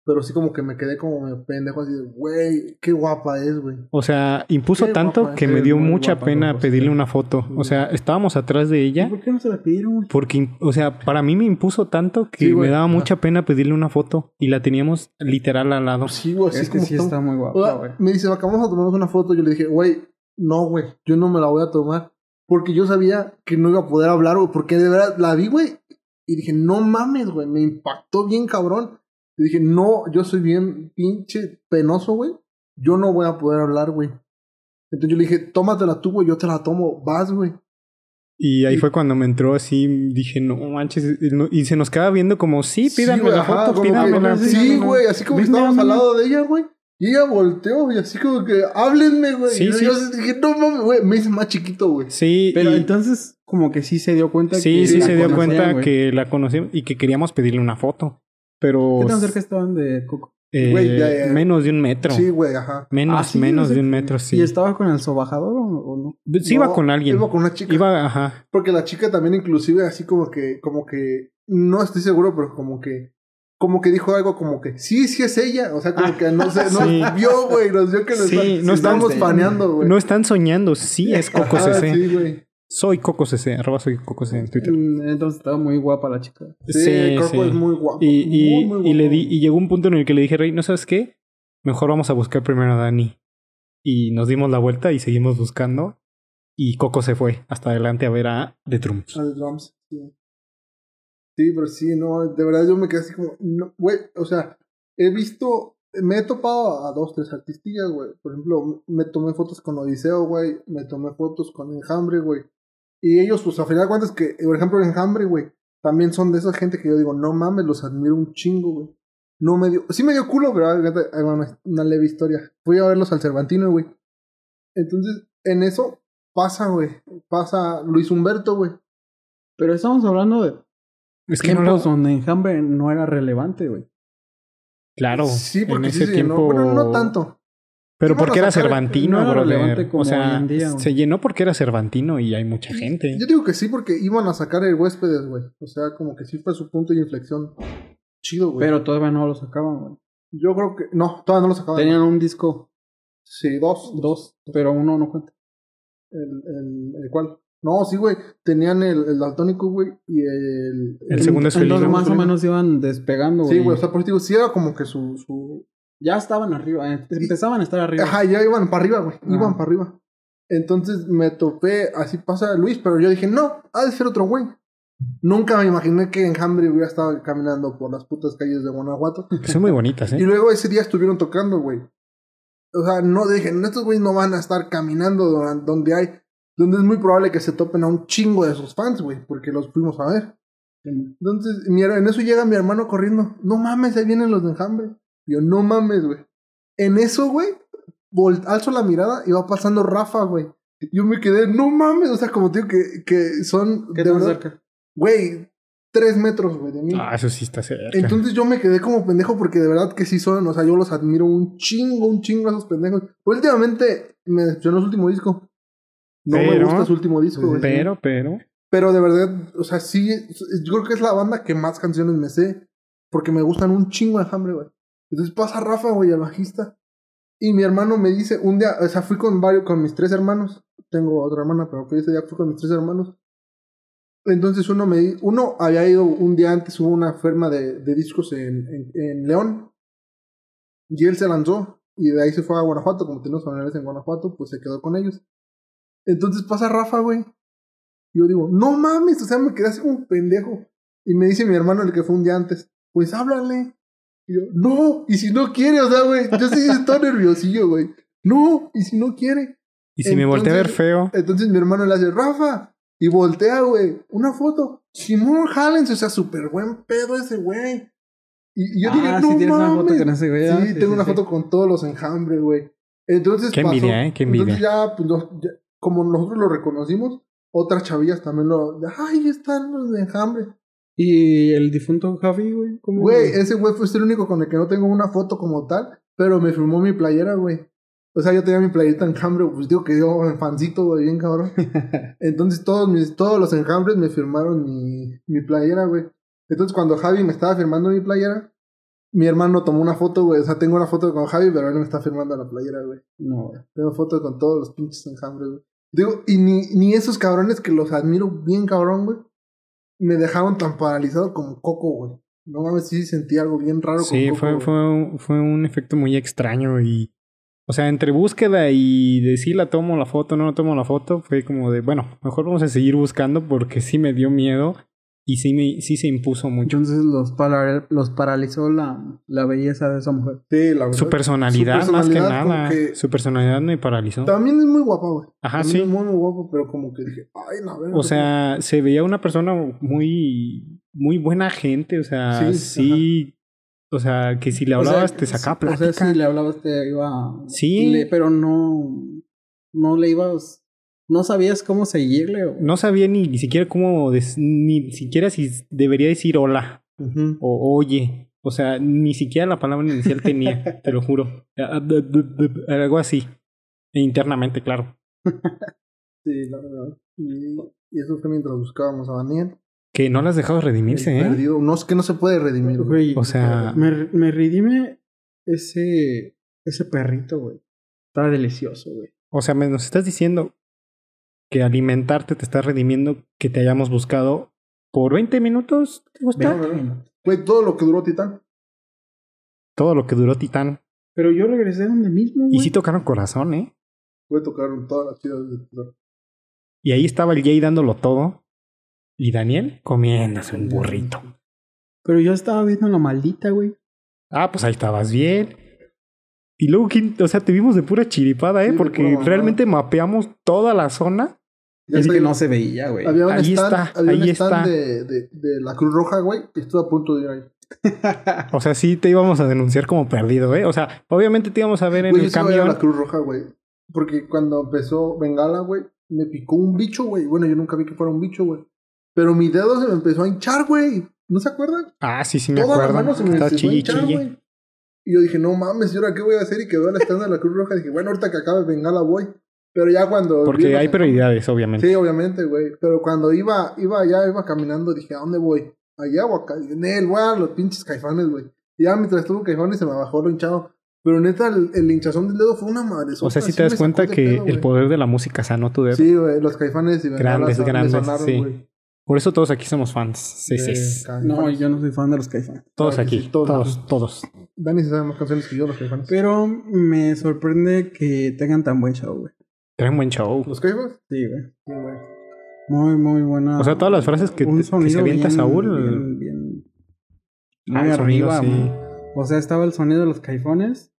B: pero sí como que me quedé como medio pendejo así de, güey, qué guapa es, güey.
A: O sea, impuso
B: Qué
A: tanto
B: guapa, Pues,
A: que
C: eres
A: me dio
C: muy
A: mucha
C: guapa,
A: pena
C: Coco,
A: pedirle
C: sí.
A: una foto. O sea, estábamos atrás de
C: ¿Y
A: ella
C: ¿Por qué no se la pidieron, güey?
A: porque, o sea, para mí me impuso tanto que
B: Sí, güey.
A: me daba
B: Ajá.
A: mucha pena pedirle una foto y la teníamos literal al lado.
B: Pues Sí, güey, así
C: Es que
B: como
C: sí
B: estaba-
C: está muy
B: O sea,
C: guapa, güey.
B: me dice, "Vaca, vamos a tomarnos una foto. Yo le dije, güey, no, güey, yo no me la voy a tomar. Porque yo sabía que no iba a poder hablar, güey. Porque de verdad la vi, güey. Y dije, no mames, güey. Me impactó bien, cabrón. Y dije, no, yo soy bien pinche penoso, güey. Yo no voy a poder hablar, güey. Entonces yo le dije, tómatela tú, güey. Yo te la tomo. Vas, güey.
A: Y ahí
B: Y-
A: fue cuando me entró así, dije, no manches, y no- y se nos quedaba viendo como, sí, pídanme
B: güey,
A: la
B: ajá,
A: foto,
B: como que-
A: pídanme la
B: Sí, güey. Así como que
C: Venga,
B: estábamos al
C: venga.
B: lado de ella, güey. Y ella volteó y así como que, háblenme, güey.
A: Sí,
B: y yo,
A: sí.
B: yo dije, no mames, güey. Me hice más chiquito, güey.
A: Sí,
C: Pero
A: y-
C: entonces, como que sí se dio cuenta
A: Sí,
C: que
A: sí
C: la
A: se dio
C: conocían,
A: cuenta
C: güey.
A: que la conocimos y que queríamos pedirle una foto. Pero
C: ¿Qué tan cerca estaban de Coco?
A: eh,
B: Güey, ya, ya.
A: menos de un metro.
B: Sí, güey, ajá.
A: Menos,
C: Ah, sí,
A: menos
C: no sé.
A: de un metro, sí.
C: ¿Y estaba con el sobajador o, o no?
A: Sí
B: No,
A: iba con alguien.
B: Iba con una chica.
A: Iba, ajá.
B: Porque la chica también inclusive así como que, como que, no estoy seguro, pero como que, como que dijo algo como que, sí, sí es ella. O sea, como que no se,
A: Ah, *laughs* Sí.
B: nos vio, güey, nos vio que nos
A: Sí,
B: está-
A: no
B: estamos
C: estamos-
B: paneando, güey.
A: No están soñando, sí es Coco
B: *laughs* Ajá,
A: CC.
B: Sí, güey.
A: Soy Coco CC, arroba soy Coco CC en Twitter.
C: Mm, Entonces estaba muy guapa la chica.
A: Sí,
B: Coco
A: sí.
B: es muy guapo.
A: Y, y,
B: muy, muy
A: y le
B: guapo.
A: di, y llegó un punto en el que le dije, Rey, ¿no sabes qué? Mejor vamos a buscar primero a Dani. Y nos dimos la vuelta y seguimos buscando. Y Coco se fue hasta adelante a ver a The Trumps.
B: Al drums, sí. Sí, pero sí, no, de verdad yo me quedé así como, no, güey, o sea, he visto, me he topado a dos, tres artistillas, güey. Por ejemplo, me tomé fotos con Odiseo, güey, me tomé fotos con Enjambre, güey. Y ellos, pues, a final de cuentas que, por ejemplo, Enjambre, güey, también son de esa gente que yo digo, no mames, los admiro un chingo, güey. No me dio, sí me dio culo, pero ah, ahí va una, una leve historia. Fui a verlos al Cervantino, güey. Entonces, en eso pasa, güey, pasa Luis Humberto, güey.
C: Pero estamos hablando de
A: Es que no
C: tiempos
A: lo...
C: donde Enjambre no era relevante, güey.
A: Claro.
B: Sí,
A: en
B: porque sí
A: ese
B: se
A: tiempo...
B: llenó. Bueno, no tanto.
A: Pero
B: Sí,
A: porque
B: bueno,
A: era
B: o sea,
A: Cervantino,
C: no era
A: brother.
C: relevante como
A: o
C: hoy
A: sea,
C: en día, güey.
A: se llenó porque era Cervantino y hay mucha gente.
B: Yo digo que sí, porque iban a sacar el huéspedes, güey. O sea, como que sí fue su punto de inflexión. Chido, güey.
C: Pero todavía no lo sacaban, güey.
B: yo creo que. No, todavía no lo sacaban.
C: Tenían un disco,
B: Sí, dos.
C: dos, pero uno no cuenta.
B: El, el, el cual. No, sí, güey. Tenían el, el daltónico, güey. Y el.
A: El segundo es
C: Entonces
A: felino.
C: más o menos iban despegando, güey.
B: Sí, güey. O sea, por eso digo, sí era como que su. su...
C: Ya estaban arriba, eh, empezaban a estar arriba.
B: Ajá, ya iban para arriba, güey. Iban
C: Ajá.
B: para arriba. Entonces me topé, así pasa Luis, pero yo dije, no, ha de ser otro güey. Nunca me imaginé que Enjambre hubiera estado caminando por las putas calles de Guanajuato.
A: Son muy bonitas,
B: Y
A: ¿eh?
B: luego ese día estuvieron tocando, güey. O sea, no dije, "No, estos güeyes no van a estar caminando donan- donde hay, donde es muy probable que se topen a un chingo de sus fans, güey, porque los fuimos a ver. Entonces, mi her- en eso llega mi hermano corriendo, no mames, ahí vienen los de enjambre. Y Yo, no mames, güey. En eso, güey, vol- alzo la mirada y va pasando Rafa, güey. Yo me quedé, no mames, o sea, como tío, que, que son,
C: ¿Qué
B: de
C: tan
B: verdad,
C: cerca?
B: güey, tres metros, güey, de mí.
A: Ah, eso sí está cerca.
B: Entonces yo me quedé como pendejo porque de verdad que sí son, o sea, yo los admiro un chingo, un chingo a esos pendejos. Pues Últimamente me decepcionó su último disco. No me
A: Pero-
B: gusta su último disco, güey.
A: pero, pero...
B: Pero de verdad, o sea, sí, es- yo creo que es la banda que más canciones me sé, porque me gustan un chingo de hambre, güey. Entonces pasa Rafa, güey, al bajista. Y mi hermano me dice, un día, o sea, fui con varios, con mis tres hermanos. Tengo otra hermana, pero fui ese día fui con mis tres hermanos. Entonces uno me di- uno había ido un día antes, hubo una firma de, de discos en, en, en León. Y él se lanzó. Y de ahí se fue a Guanajuato, como tenemos familiares en Guanajuato, pues se quedó con ellos. Entonces pasa Rafa, güey. Y Yo digo, no mames, o sea, me quedé así como un pendejo. Y me dice mi hermano, el que fue un día antes, pues háblale. Y yo, no, y si no quiere, o sea, güey, yo sí estoy nerviosillo, güey. No, y si no quiere.
A: Y si me volteé a ver
B: Entonces-
A: feo...
B: Entonces mi hermano le hace, Rafa, y voltea, güey, una foto. Simón Hallens, o sea, súper buen pedo ese güey. Y, y yo dije,
C: ah,
B: no
C: sí, tienes
B: mames.
C: una foto que no se vea.
B: Sí, tengo una foto con todos los enjambres, güey. Entonces
A: Qué
B: pasó-
A: envidia, ¿eh? Qué envidia.
B: Entonces ya, pues, nos- ya- como nosotros lo reconocimos, otras chavillas también lo... ¡Ay, están los de enjambre!
C: Y el difunto Javi, güey. ¿cómo?
B: Güey, ese güey fue el único con el que no tengo una foto como tal, pero me firmó mi playera, güey. O sea, yo tenía mi playerita enjambre, pues digo que yo en fancito, güey, bien cabrón. Entonces todos mis, todos los enjambres me firmaron mi, mi playera, güey. Entonces cuando Javi me estaba firmando mi playera, mi hermano tomó una foto, güey. O sea, tengo una foto con Javi, pero él no me está firmando la playera, güey.
C: No, güey.
B: Tengo fotos con todos los pinches enjambres, güey. Digo, y ni, ni esos cabrones que los admiro bien cabrón, güey, me dejaron tan paralizado como Coco, güey. No mames, sí sentí algo bien raro
A: Sí,
B: con Coco.
A: fue,
B: güey.
A: fue, un, fue un efecto muy extraño y... O sea, entre búsqueda y de si la tomo la foto, no la tomo la foto, fue como de, bueno, mejor vamos a seguir buscando porque sí me dio miedo y sí, me, sí se impuso mucho.
C: Entonces los, para- los paralizó la, la belleza de esa mujer.
B: Sí, la verdad.
A: Su personalidad,
B: Su personalidad
A: más que
B: como
A: nada.
B: que-
A: Su personalidad me paralizó.
B: También es muy guapa, güey.
A: Ajá,
B: También
A: Ah, sí.
B: Es muy, muy guapa, pero como que dije, ay, la verga.
A: O sea, se veía una persona muy, muy buena gente. O sea,
B: Sí,
A: sí. O sea, que si le hablabas
C: O sea,
A: te sacaba
C: o sea,
A: este, plática.
C: si le hablabas te iba... a-
A: Sí.
C: le- pero no... No le ibas... No sabías cómo seguirle. o-
A: No sabía ni, ni siquiera cómo, des- ni siquiera si debería decir hola
B: Ujú.
A: o oye. O sea, ni siquiera la palabra inicial tenía,
B: *laughs*
A: te lo juro. Algo así. E Internamente, claro.
B: Sí, la verdad. Y, y eso fue mientras buscábamos a Daniel.
A: Que no las has dejado redimirse,
B: El
A: ¿eh?
B: Perdido. No, es que no se puede redimir, güey.
C: Güey,
A: O sea-
C: Me, me redime ese... Ese perrito, güey. Estaba delicioso, güey.
A: O sea, me nos estás diciendo que alimentarte te estás redimiendo que te hayamos buscado por 20 minutos. ¿Te gusta?
C: Veinte minutos.
B: Fue todo lo que duró Titán.
A: Todo lo que duró Titán.
C: Pero yo regresé donde mismo.
A: Y
C: güey.
A: sí tocaron corazón, ¿eh?
B: Fue tocar todas las tiras de Titán.
A: Y ahí estaba el Jay dándolo todo. Y Daniel comiéndose un burrito.
C: Pero yo estaba viendo la maldita, güey.
A: Ah, pues ahí estabas bien. Y luego, ¿quién- o sea, te vimos de pura chiripada, ¿eh?
B: Sí, de pura
A: Porque
B: mamada.
A: realmente mapeamos toda la zona.
B: Ya
C: es
B: te
C: que
B: digo,
C: no se veía, güey.
B: Había un
A: Ahí
B: stand,
A: está,
B: había un
A: ahí
B: stand
A: está.
B: De, de, de la Cruz Roja, güey. que Estuve a punto de ir ahí.
A: O sea, sí te íbamos a denunciar como perdido, ¿eh? O sea, obviamente te íbamos a ver en
B: Güey, yo
A: el
B: sí voy a ir a la
A: camión.
B: Cruz Roja, güey. Porque cuando empezó Bengala, güey, me picó un bicho, güey. Bueno, yo nunca vi que fuera un bicho, güey. Pero mi dedo se me empezó a hinchar, güey. ¿No se acuerdan?
A: Ah, sí, sí me
B: Toda la
A: acuerdo.
B: mano se me
A: Estás
B: empezó a
A: chille,
B: hinchar,
A: chille.
B: güey. Y yo dije, no mames, ¿y ahora qué voy a hacer? Y quedó el stand de la Cruz Roja. Dije, bueno, ahorita que acabe Bengala voy. Pero ya cuando... vi
A: Porque
B: los-
A: hay prioridades, obviamente.
B: Sí, obviamente, güey. Pero cuando iba, iba allá, iba caminando, dije, ¿a dónde voy? Allá o acá. Dije, Nel, voy a los pinches caifanes, güey. Y ya mientras estuvo caifanes se me bajó lo hinchado. Pero neta, el, el hinchazón del dedo fue una madre.
A: O sea, si te das cuenta que el poder de la música sanó tu dedo.
B: Sí, güey, los caifanes y
A: Grandes,
B: Bengala
A: grandes,
B: me sonaron,
A: sí.
B: güey. Eh,
A: Por eso todos aquí somos fans. Sí, sí.
B: De
A: sí.
B: Caifanes.
C: No, yo no soy fan de los Caifanes.
A: Todos
B: claro que
A: aquí.
B: sí, todos
A: Todos,
B: aquí.
A: todos.
B: Dani se sabe más canciones que yo, los caifanes.
C: Pero me sorprende que tengan tan buen show, güey.
A: Traen buen show.
B: ¿Los caifanes?
C: Sí, güey.
B: Sí, güey.
C: Muy, muy buena.
A: O sea, todas
B: Ah,
A: las frases que,
C: Un
A: te- que se
C: sonido
A: avienta
C: bien-
A: Saúl.
C: bien- bien-
A: ah,
C: muy
A: el sonido,
C: arriba,
A: sí.
C: muy- O sea, estaba el sonido de los caifones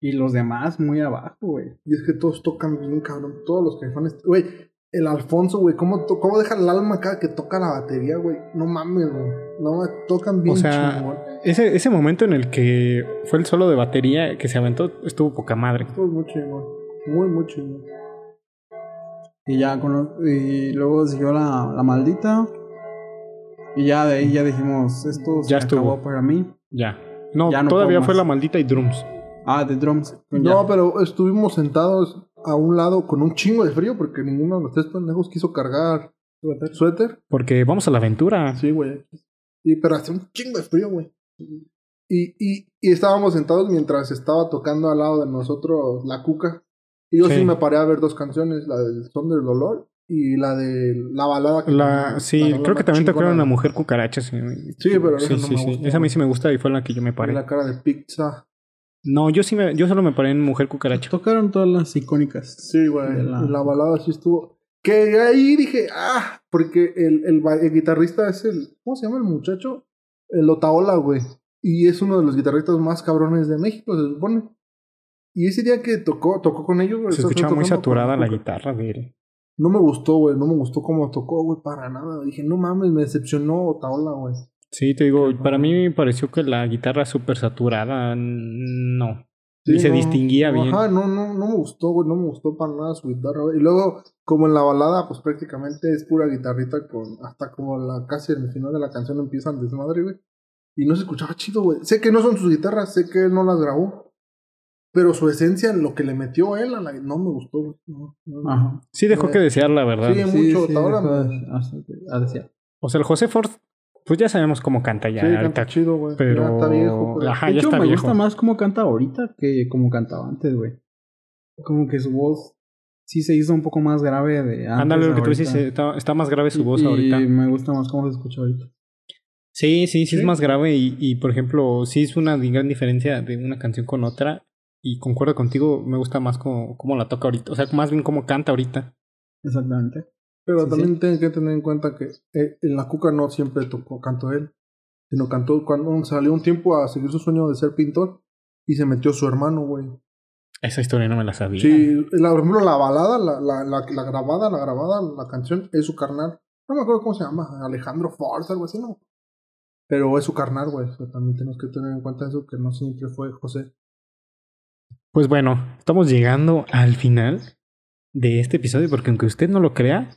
C: y los demás muy abajo, güey.
B: Y es que todos tocan bien, cabrón. Todos los caifanes. Güey, el Alfonso, güey. ¿cómo, to- ¿Cómo deja el alma cada que toca la batería, güey? No mames, güey. No mames, tocan bien
A: O sea,
B: chingón.
A: Ese, ese momento en el que fue el solo de batería que se aventó estuvo poca madre.
B: Estuvo muy chingón. Muy, muy chingón.
C: Y ya con lo- y luego siguió la, la maldita. Y ya de ahí ya dijimos, esto se
A: Ya
C: acabó
A: estuvo.
C: para mí.
A: Ya. No,
C: Ya no
A: todavía
C: puedo
A: fue
C: más.
A: la maldita y drums.
C: Ah, de drums.
B: No, pero estuvimos sentados a un lado con un chingo de frío porque ninguno de los tres pendejos quiso cargar
C: pero...
B: suéter.
A: Porque vamos a la aventura.
B: Sí, güey. Y, pero hacía un chingo de frío, güey. Y, y, y estábamos sentados mientras estaba tocando al lado de nosotros la cuca. Y yo sí,
A: Sí.
B: me paré a ver dos canciones, la del Son del Dolor y la de la balada. que-
A: La, sí,
B: la rola
A: creo que
B: más
A: también
B: chingona
A: tocaron
B: de-
A: la mujer cucaracha. Sí,
B: Sí, pero
A: sí,
B: esa no
A: sí,
B: me
A: sí.
B: gusta,
A: Esa a mí
B: güey.
A: sí me gusta y fue la que yo me paré.
B: La cara de pizza.
A: No, yo sí me, yo solo me paré en mujer cucaracha.
C: Tocaron todas las icónicas.
B: Sí, güey.
C: De la-
B: La... balada sí estuvo. Que ahí dije, ah, porque el, el, ba- el guitarrista es el. ¿Cómo se llama el muchacho? El Otaola, güey. Y es uno de los guitarristas más cabrones de México, se supone. Y ese día que tocó, tocó con ellos, güey.
A: Se
B: estaba
A: escuchaba muy
B: tocando con-
A: saturada la
B: con-
A: guitarra de él.
B: No me gustó, güey. No me gustó cómo tocó, güey, para nada. Dije, no mames, me decepcionó Otaola, güey.
A: Sí, te digo,
B: Qué
A: para
B: mal.
A: mí me pareció que la guitarra súper saturada, n- no.
B: Sí,
A: Ni se
B: no,
A: distinguía
B: no,
A: bien.
B: Ajá, no, no, no me gustó, güey. No me gustó para nada su guitarra, güey. Y luego, como en la balada, pues prácticamente es pura guitarrita con. Hasta como la casi el final de la canción empieza el desmadre, güey. Y no se escuchaba chido, güey. Sé que no son sus guitarras, sé que él no las grabó. Pero su esencia, lo que le metió él, a la, no me gustó, güey. No, no,
A: Ah,
B: no.
C: Ajá.
A: Sí dejó que desear, la verdad.
B: Eh, Sí, mucho, hasta ahora.
C: dejó
B: me-
C: de- hasta que- a decir.
A: O sea, el José Ford, pues ya sabemos cómo canta ya
B: sí, canta
A: ahorita.
B: chido, güey.
A: pero-
B: Ya está viejo, pero-
A: Ajá,
C: de
A: ya
C: hecho,
A: está
C: me
A: viejo.
C: gusta más cómo canta ahorita que como cantaba antes, güey. Como que su voz sí se hizo un poco más grave de antes.
A: Ándale, lo
C: a
A: que tú
C: ahorita.
A: dices, está, está más grave su
C: Y-
A: voz
C: y
A: ahorita.
C: me gusta más cómo se escucha ahorita.
A: Sí, sí, sí, es
B: Sí.
A: más grave y, y, por ejemplo, sí es una gran diferencia de una canción con otra y concuerdo contigo, me gusta más como, como la toca ahorita, o sea, más bien cómo canta ahorita.
C: Exactamente.
B: Pero
C: Sí,
B: también tienen que tener en cuenta que eh, en la Cuca no siempre tocó canto él, sino cantó cuando salió un tiempo a seguir su sueño de ser pintor y se metió su hermano, güey.
A: Esa historia no me la sabía.
B: Sí, la, por ejemplo, la balada, la, la, la, la grabada, la grabada, la canción es su carnal. No me acuerdo cómo se llama, Alejandro Forza, algo así, ¿no? Pero es su carnal, güey. O sea, también tenemos que tener en cuenta eso, que no siempre fue José.
A: Pues bueno, estamos llegando al final de este episodio porque aunque usted no lo crea,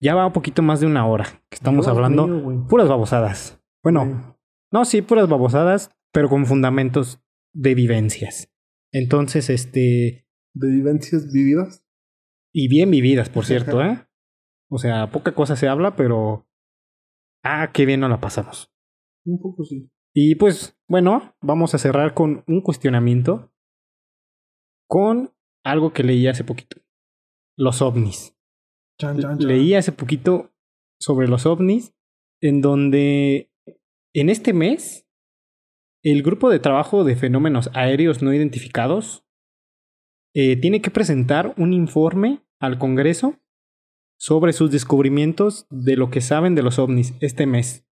A: ya va un poquito más de una hora que estamos
B: Dios
A: hablando
B: mío, güey.
A: puras babosadas. Bueno, no, sí, puras babosadas, pero con fundamentos de vivencias. Entonces, este,
B: De vivencias vividas.
A: Y bien vividas, por cierto, ¿eh? O sea, poca cosa se habla, pero. Ah, qué bien nos la pasamos.
B: Un poco sí.
A: Y pues, bueno, vamos a cerrar con un cuestionamiento. Con algo que leí hace poquito. Los ovnis.
D: Chan, chan, chan.
A: leí hace poquito sobre los ovnis, en donde en este mes el grupo de trabajo de fenómenos aéreos no identificados eh, tiene que presentar un informe al Congreso sobre sus descubrimientos de lo que saben de los ovnis este mes.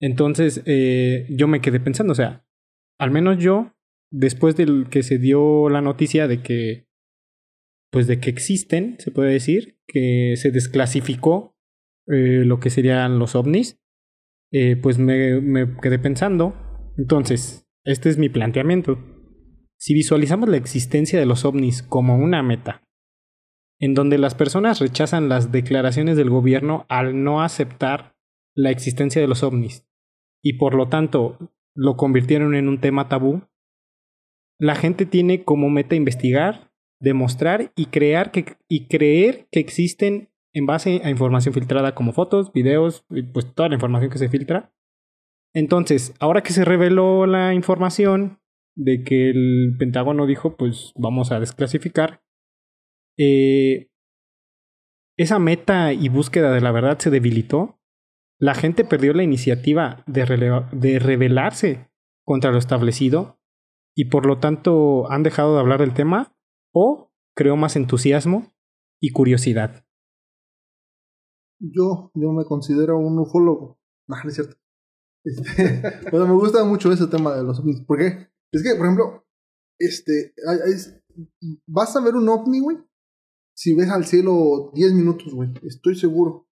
A: Entonces eh, yo me quedé pensando, o sea, al menos yo, después del que se dio la noticia de que pues de que existen, se puede decir, que se desclasificó eh, lo que serían los ovnis, eh, pues me, me quedé pensando. Entonces, este es mi planteamiento. Si visualizamos la existencia de los ovnis como una meta, en donde las personas rechazan las declaraciones del gobierno al no aceptar la existencia de los ovnis, y por lo tanto lo convirtieron en un tema tabú, la gente tiene como meta investigar, demostrar y crear que y creer que existen en base a información filtrada como fotos, videos, y pues toda la información que se filtra. Entonces, ahora que se reveló la información de que el Pentágono dijo, pues vamos a desclasificar, eh, esa meta y búsqueda de la verdad se debilitó. La gente perdió la iniciativa de, releva- de rebelarse contra lo establecido y por lo tanto han dejado de hablar del tema o creó más entusiasmo y curiosidad.
B: Yo, yo me considero un ufólogo. No, no es cierto. *laughs* Este, bueno, me gusta mucho ese tema de los ovnis. ¿Por qué? Es que, por ejemplo, este, hay- hay- es- vas a ver un ovni, güey, si ves al cielo 10 minutos, güey. Estoy seguro.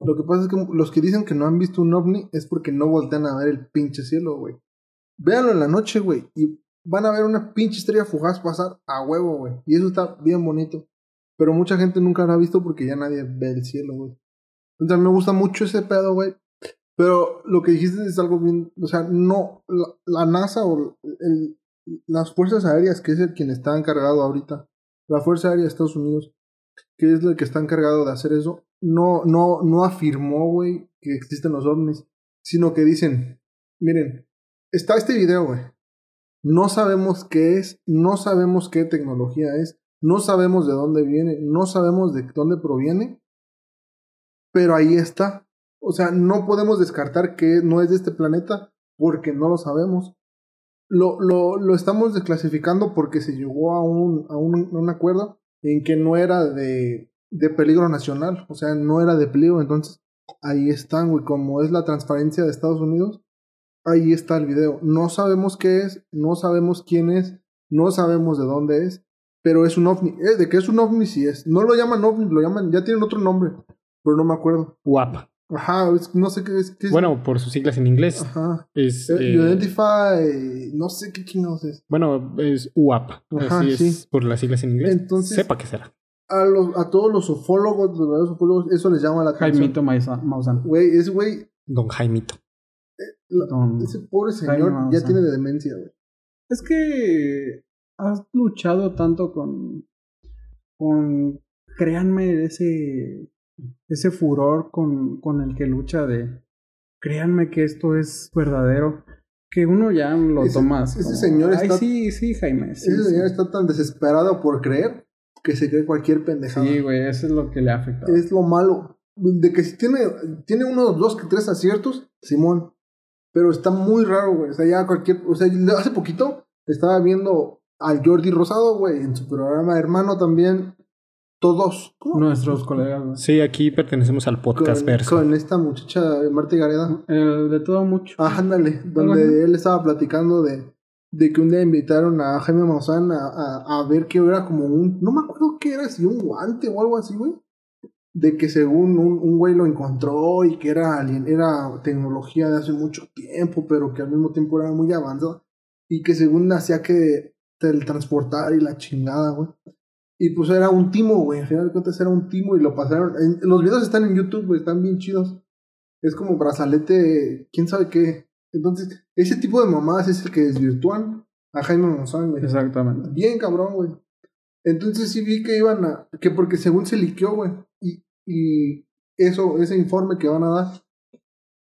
B: Lo que pasa es que los que dicen que no han visto un ovni es porque no voltean a ver el pinche cielo, güey. Véanlo en la noche, güey, y van a ver una pinche estrella fugaz pasar a huevo, güey. Y eso está bien bonito. Pero mucha gente nunca lo ha visto porque ya nadie ve el cielo, güey. Entonces a mí me gusta mucho ese pedo, güey. Pero lo que dijiste es algo bien. O sea, no. La, la NASA o el- las fuerzas aéreas, que es el quien está encargado ahorita. La Fuerza Aérea de Estados Unidos, que es el que está encargado de hacer eso, no, no, no afirmó, güey, que existen los ovnis. Sino que dicen: Miren, está este video, güey. No sabemos qué es, no sabemos qué tecnología es, no sabemos de dónde viene, no sabemos de dónde proviene, pero ahí está. O sea, no podemos descartar que no es de este planeta porque no lo sabemos. Lo, lo, lo estamos desclasificando porque se llegó a un, a un, un acuerdo en que no era de, de peligro nacional, o sea, no era de peligro. Entonces, ahí están, güey, como es la transparencia de Estados Unidos, ahí está el video. No sabemos qué es, no sabemos quién es, no sabemos de dónde es, pero es un ovni. Eh, de que es un ovni, sí es. No lo llaman ovni, lo llaman, ya tienen otro nombre, pero no me acuerdo.
A: WAP.
B: Ajá, es- no sé qué es. qué es-
A: Bueno, por sus siglas en inglés.
B: Ajá.
A: Es,
B: Eh,
A: eh,
B: Identify, no sé qué chingados es.
A: Bueno, es UAP.
B: Ajá,
A: así es
B: sí.
A: por las siglas en inglés.
B: Entonces-
A: Sepa qué será.
B: A, los, a todos los ufólogos, los verdaderos ufólogos, eso les llama la atención.
C: Jaimito Maiza- Maussan.
B: Güey, ese güey,
A: Don Jaimito.
C: Don-
B: ese pobre
C: Jaime
B: señor ya
C: Maussan.
B: tiene de demencia, güey.
C: Es que has luchado tanto con. con. créanme, ese. ese furor con, con el que lucha de. créanme que esto es verdadero. Que uno ya lo
B: Ese-
C: toma.
B: ese señor
C: Ay,
B: está-
C: sí, sí, Jaime. Sí,
B: Ese
C: sí".
B: señor está tan desesperado por creer que se cree cualquier pendejada.
C: Sí, güey, eso es lo que le ha afectado.
B: es lo malo. De que si tiene, tiene unos dos que tres aciertos, Simón. Pero está muy raro, güey. O sea, ya cualquier. O sea, yo hace poquito estaba viendo al Jordi Rosado, güey, en su programa Hermano también. Todos. ¿Cómo?
C: Nuestros colegas. güey.
A: Sí, aquí pertenecemos al podcast
B: con,
A: verso.
B: con esta muchacha Marta Gareda.
C: El de todo mucho.
B: Ah, ándale,
C: así.
B: donde él estaba platicando de, de que un día invitaron a Jaime Maussan a, a, a ver que era como un, no me acuerdo qué era, si un guante o algo así, güey. De que según un, un güey lo encontró y que era, alien- era tecnología de hace mucho tiempo, pero que al mismo tiempo era muy avanzada. Y que según hacía que teletransportar y la chingada, güey. Y pues era un timo, güey. Al final de cuentas era un timo y lo pasaron. en- los videos están en YouTube, güey. Están bien chidos. Es como brazalete, quién sabe qué. Entonces, ese tipo de mamadas es el que desvirtúan a Jaime Monzón, güey.
C: Exactamente.
B: Bien cabrón, güey. Entonces sí vi que iban a... Que porque según se liqueó, güey. Y, y eso, ese informe que van a dar.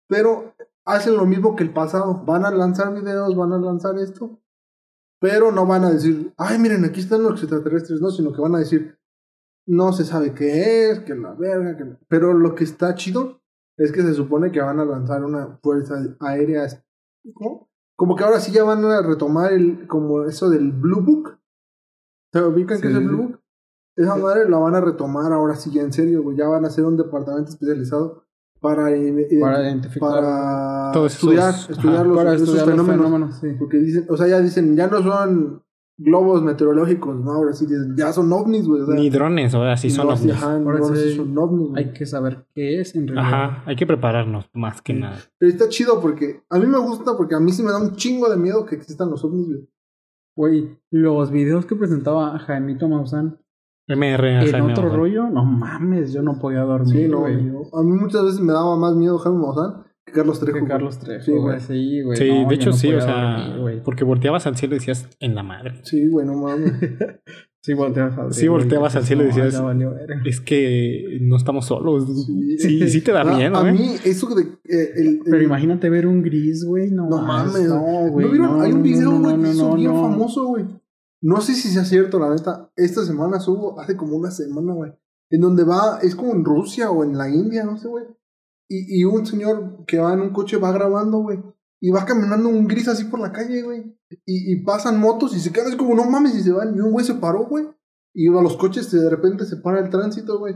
B: Pero hacen lo mismo que el pasado. Van a lanzar videos, van a lanzar esto. Pero no van a decir, ay, miren, aquí están los extraterrestres. No, sino que van a decir, no se sabe qué es, que la verga, que la- Pero lo que está chido es que se supone que van a lanzar una fuerza aérea. es- ¿Cómo? Como que ahora sí ya van a retomar el, como eso del Blue Book. ¿Se ubican que es el
C: Sí.
B: Blue Book? Esa madre la van a retomar ahora sí ya en serio, güey. Ya van a hacer un departamento especializado para, eh, eh,
C: para identificar
B: para
A: Todos esos-
B: estudiar,
A: ajá,
B: estudiar los,
C: para
B: esos
C: estudiar los
B: fenómenos.
C: fenómenos, sí.
B: Porque dicen, o sea, ya dicen, ya no son globos meteorológicos, no, ahora sí dicen, ya son ovnis, güey. o sea,
A: Ni drones, o así son
B: no, sí,
A: ovnis. Ajá.
B: ajá, no,
C: Ahora sí
B: sí son ovnis, güey.
C: Hay que saber qué es en realidad.
A: hay que prepararnos más que nada.
B: Pero está chido porque a mí me gusta porque a mí sí me da un chingo de miedo que existan los ovnis, güey.
C: Güey, los videos que presentaba Jaimito Maussan
A: MR,
C: en
A: Ah, Jaime
C: otro
A: Maussan.
C: rollo, no mames, yo no podía dormir,
B: Sí, no,
C: güey.
B: yo- a mí muchas veces me daba más miedo Jaime Maussan que Carlos Trejo.
C: Que
B: güey.
C: Carlos Trejo,
B: Sí, güey.
C: güey. Sí, güey.
A: Sí,
C: no, yo
A: de hecho
C: no
A: sí, o
C: podía
A: sea,
C: dormir, güey.
A: porque volteabas al cielo y decías, en la madre.
B: Sí, güey, no mames.
C: Sí, volteabas al
A: Sí,
C: cielo y
A: volteabas al
C: dices,
A: cielo y
C: "No,
A: decías-
C: ya valió verga".
A: Es que no estamos solos. Sí,
B: Sí.
A: sí, *laughs* te da
B: A-
A: miedo,
B: A,
A: ¿eh?
B: mí, eso de. eh, el, el-
C: Pero imagínate ver un gris, güey. No,
B: No
C: más,
B: mames.
C: No, güey.
B: ¿No vieron?
C: no,
B: Hay un
C: no,
B: video,
C: no,
B: güey,
C: no,
B: que
C: no,
B: hizo bien
C: no.
B: famoso, güey. No sé si sea cierto, la neta. Esta semana subo, hace como una semana, güey. En donde va, es como en Rusia o en la India, no sé, güey. Y, y un señor que va en un coche va grabando, güey. Y va caminando un gris así por la calle, güey. Y, y pasan motos y se quedan así como, no mames, y se van. Y un güey se paró, güey. Y a los coches de repente se para el tránsito, güey.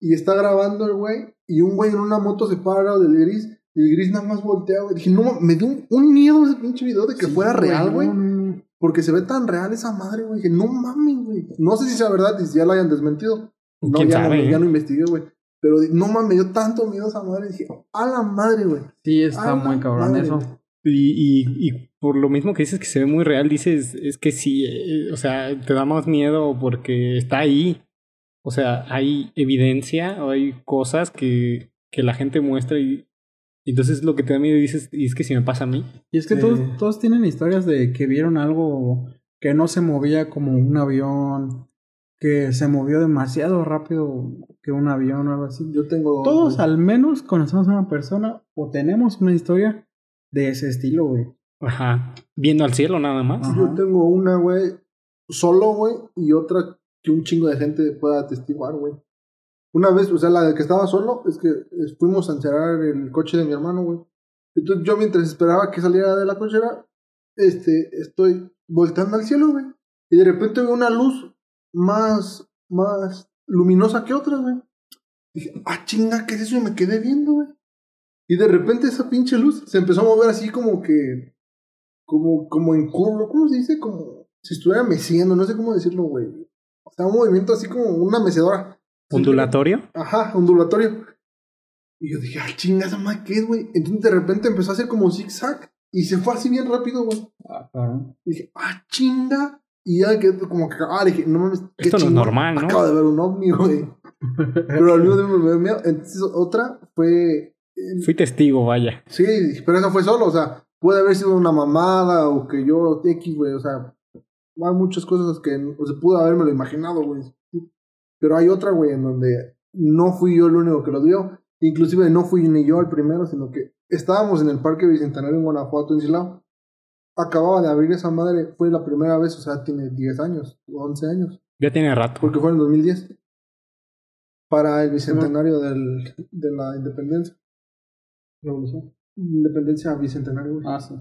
B: Y está grabando el güey. Y un güey en una moto se para al lado del gris. Y el gris nada más voltea, güey. Dije, no, ma- me dio un, un miedo ese pinche video de que
C: Sí,
B: fuera real, güey.
C: no, no, no.
B: Porque se ve tan real esa madre, güey. Dije, no mames, güey. No sé si sea verdad y si ya la hayan desmentido. No,
A: ¿Quién
B: ya, no-
A: sabe?
B: ya
A: eh?
B: no investigué, güey. Pero di- no mames, me dio tanto miedo esa madre. Dije, a la madre, güey.
C: Sí, está
B: A Ah, la
C: muy cabrón
B: madre,
C: eso.
B: güey.
A: Y, y, y por lo mismo que dices que se ve muy real, dices, es que sí, eh, o sea, te da más miedo porque está ahí. O sea, hay evidencia o hay cosas que, que la gente muestra y, y entonces lo que te da miedo dices, y es que si me pasa a mí.
C: Y es que
B: Sí.
C: todos, todos tienen historias de que vieron algo que no se movía como un avión, que se movió demasiado rápido que un avión o algo así.
B: Yo tengo.
C: Todos al menos conocemos a una persona o tenemos una historia de ese estilo, güey.
A: Ajá. Viendo al cielo nada más.
C: Ajá.
B: Yo tengo una, güey, solo, güey, y otra que un chingo de gente pueda atestiguar, güey. Una vez, o sea, la de que estaba solo, es que eh, fuimos a encerrar el coche de mi hermano, güey. Entonces yo mientras esperaba que saliera de la cochera, este, estoy volteando al cielo, güey. Y de repente veo una luz más, más luminosa que otra, güey. Dije, ah, chinga, ¿qué es eso? Y me quedé viendo, güey. Y de repente esa pinche luz se empezó a mover así como que como, como en curvo, ¿cómo se dice? Como si estuviera meciendo, no sé cómo decirlo, güey. O sea, un movimiento así como una mecedora.
A: Ondulatorio.
B: Ajá, ondulatorio. Y yo dije, ah, chinga, esa madre, ¿qué es, güey? Entonces de repente empezó a hacer como zigzag y se fue así bien rápido, güey.
C: Ah, cabrón.
B: Y dije, ah, chinga. Y ya que como que, ah, dije, no mames, qué
A: Esto no es
B: chingón.
A: normal, ¿no?
B: Acabo de ver un ovni, güey. Pero al mismo tiempo me dio miedo. Entonces otra fue... eh,
A: Fui testigo, vaya.
B: Sí, pero eso fue solo, o sea, puede haber sido una mamada o que yo, X, güey, o sea, hay muchas cosas que, o sea, pudo haberme lo imaginado, güey. Pero hay otra, güey, en donde no fui yo el único que lo vio, inclusive no fui ni yo el primero, sino que estábamos en el Parque Bicentenario en Guanajuato, en Silao. Acababa de abrir esa madre, fue la primera vez, o sea, tiene 10 años, 11 años,
A: Ya tiene rato.
B: porque fue en 2010, para el Bicentenario del, de la Independencia.
C: Revolución.
B: Independencia Bicentenario, güey.
C: Ah, sí.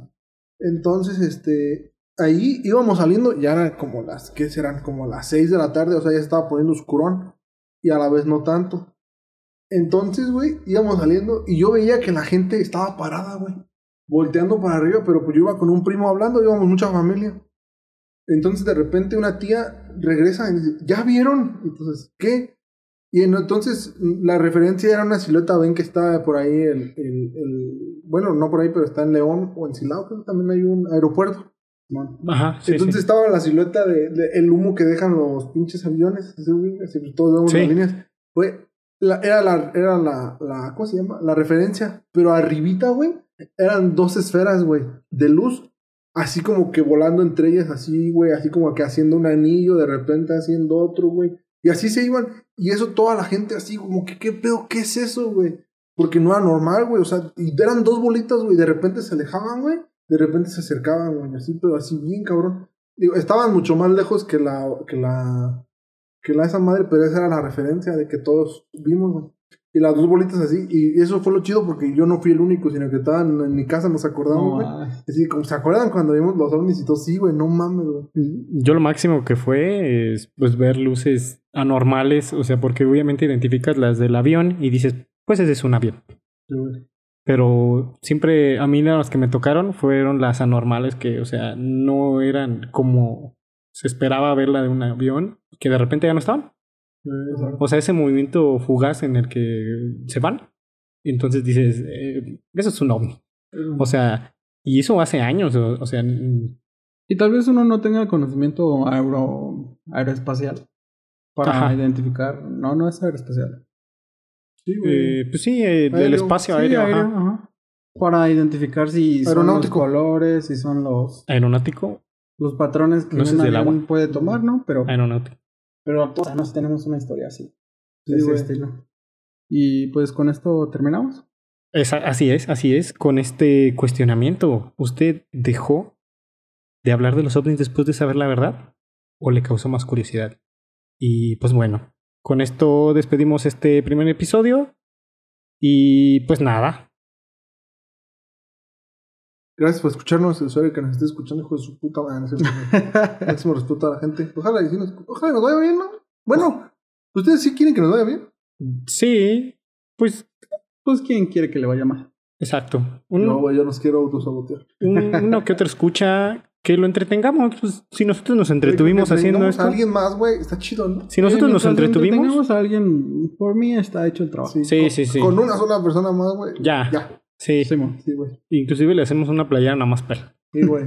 B: Entonces, este, ahí íbamos saliendo, ya eran como las, ¿qué serán? Como las 6 de la tarde, o sea, ya estaba poniendo oscurón y a la vez no tanto. Entonces, güey, íbamos saliendo y yo veía que la gente estaba parada, güey, volteando para arriba, pero pues yo iba con un primo hablando, íbamos mucha familia. Entonces, de repente, una tía regresa y dice, ¿ya vieron? Entonces, ¿qué? Y en- entonces, la referencia era una silueta, ven que está por ahí el, el, el- bueno, no por ahí, pero está en León o en Silao, creo que también hay un aeropuerto.
C: Bueno,
A: Ajá. Sí,
B: Entonces
A: sí.
B: estaba la silueta de, de- el humo que dejan los pinches aviones, así, güey, así, pues, todos vemos
A: Sí.
B: las líneas. Güey, la- era la, era la, la, ¿cómo se llama? La referencia, pero arribita, güey, eran dos esferas, güey, de luz, así como que volando entre ellas, así, güey, así como que haciendo un anillo, de repente haciendo otro, güey. Y así se iban, y eso toda la gente así, como que, ¿qué pedo? ¿Qué es eso, güey? Porque no era normal, güey. O sea, y eran dos bolitas, güey. De repente se alejaban, güey. De repente se acercaban, güey. Así, pero así bien, cabrón. Digo, estaban mucho más lejos que la, que la, que la esa madre, pero esa era la referencia de que todos vimos, güey. Y las dos bolitas así, y eso fue lo chido porque yo no fui el único, sino que estaban en mi casa, nos acordamos,
C: No,
B: güey.
C: ah,
B: Así como se acuerdan cuando vimos los ovnis y todo, sí, güey, no mames, güey.
A: Yo lo máximo que fue es pues ver luces anormales, o sea, porque obviamente identificas las del avión y dices, pues ese es un avión.
B: Sí, güey.
A: Pero siempre a mí las que me tocaron fueron las anormales que, o sea, no eran como se esperaba verla de un avión, que de repente ya no estaban.
B: Eh,
A: O sea, ese movimiento fugaz en el que se van. Entonces dices, eh, eso es un ovni. O sea, y eso hace años, o, o sea, mm,
C: Y tal vez uno no tenga conocimiento aero, aeroespacial para
A: Ajá.
C: identificar. No, no es aeroespacial.
B: Sí, güey.
A: eh, pues sí, eh, del
B: Aéreo.
A: espacio
C: Sí,
A: aéreo, ajá.
C: aéreo, ajá. Para identificar si son los
B: Aeronáutico.
C: colores, si son los,
A: aeronáutico,
C: los patrones que
A: No sé
C: un
A: si del
C: avión
A: agua. Ah,
C: puede tomar, ¿no? Pero,
A: aeronáutico.
C: pero pues, todos nos tenemos una historia así.
B: Sí,
C: de ese
B: güey.
C: estilo. Y pues con esto
B: *laughs*
C: terminamos.
A: Esa- así es, así es. Con este cuestionamiento, ¿usted dejó de hablar de los ovnis después de saber la verdad? ¿O le causó más curiosidad? Y pues bueno, con esto despedimos este primer episodio. Y pues nada,
B: Gracias por escucharnos, el usuario que nos esté escuchando, hijo de su puta madre. no es cierto, güey. *laughs* Máximo respeto a la gente. Ojalá, y sí nos, ojalá nos vaya bien, ¿no? Bueno, ¿ustedes sí quieren que nos vaya bien?
A: sí, pues
C: Pues quién quiere que le vaya mal.
A: Exacto. Un-
B: No, güey, yo nos quiero autosabotear.
A: un- uno que otro escucha que lo entretengamos. Pues, si nosotros nos entretuvimos
B: Que
A: haciendo
B: tengamos a
A: esto,
B: alguien más, güey, está chido, ¿no?
A: si nosotros
C: Eh,
A: nos
C: mientras
A: entretuvimos,
C: entretengamos a alguien, por mí está hecho el trabajo.
A: Sí,
B: con,
A: sí, sí.
B: Con una sola persona más, güey.
A: ya,
B: Ya.
A: sí.
C: Simón.
B: Sí, güey.
A: Inclusive le hacemos una playera nada más para.
B: Sí, *laughs* güey.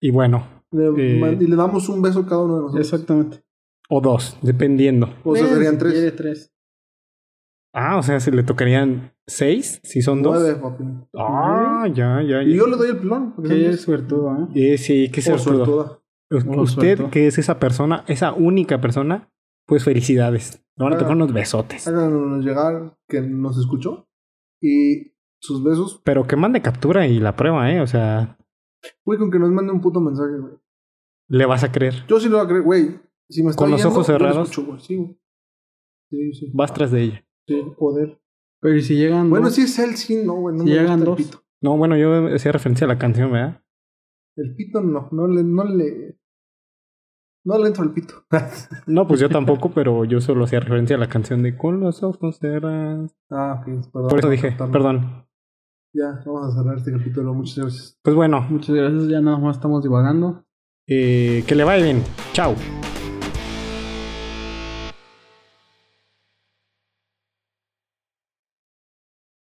A: Y bueno,
B: Le-
A: Eh.
B: man- y le damos un beso a cada uno de nosotros.
C: Exactamente.
A: o dos, dependiendo.
B: O sea, Pues,
C: Eh,
B: serían
C: si
B: tres.
C: quiere, tres.
A: Ah, o sea, si le tocarían seis, si son dos.
B: Nueve, papi.
A: Ah, ya, ya,
B: Y
A: ya.
B: yo le doy el pilón. porque
C: Qué
B: son-
C: suertudo, ¿eh?
A: Eh, sí, qué
B: o
A: suertudo.
B: suertuda.
A: U-
C: O
A: Usted
C: suertudo.
A: que es esa persona, esa única persona, pues felicidades. Le van a
B: Ah.
A: tocar unos besotes.
B: Háganos llegar que nos escuchó. Y sus besos.
A: Pero que mande captura y la prueba, ¿eh? O sea,
B: Güey, con que nos mande un puto mensaje, güey.
A: le vas a creer.
B: Yo sí lo voy a creer, güey. Si me está
A: Con los
B: oyendo,
A: ojos
B: yo lo
A: cerrados.
B: escucho, güey, sí, güey. Sí, sí.
A: Vas tras de ella.
B: Sí, poder.
C: Pero ¿y si llegan.
B: Bueno,
C: dos?
B: si es él, sí, no, güey. No
C: Si
B: me
C: llegan
B: gusta
C: dos.
B: el pito.
A: No, bueno, yo hacía referencia a la canción, ¿verdad?
B: El pito no, no le, no le. No le entro al
A: *laughs*
B: pito.
A: No, pues yo tampoco, pero yo solo hacía referencia a la canción de Con los ojos cerrados.
B: ah, ok, perdón.
A: Por eso dije,
B: Perdón.
A: perdón.
B: Ya, vamos a cerrar este capítulo. Muchas gracias.
A: Pues bueno,
C: Muchas gracias, ya nada más estamos divagando.
A: eh, que le vaya bien. Chao.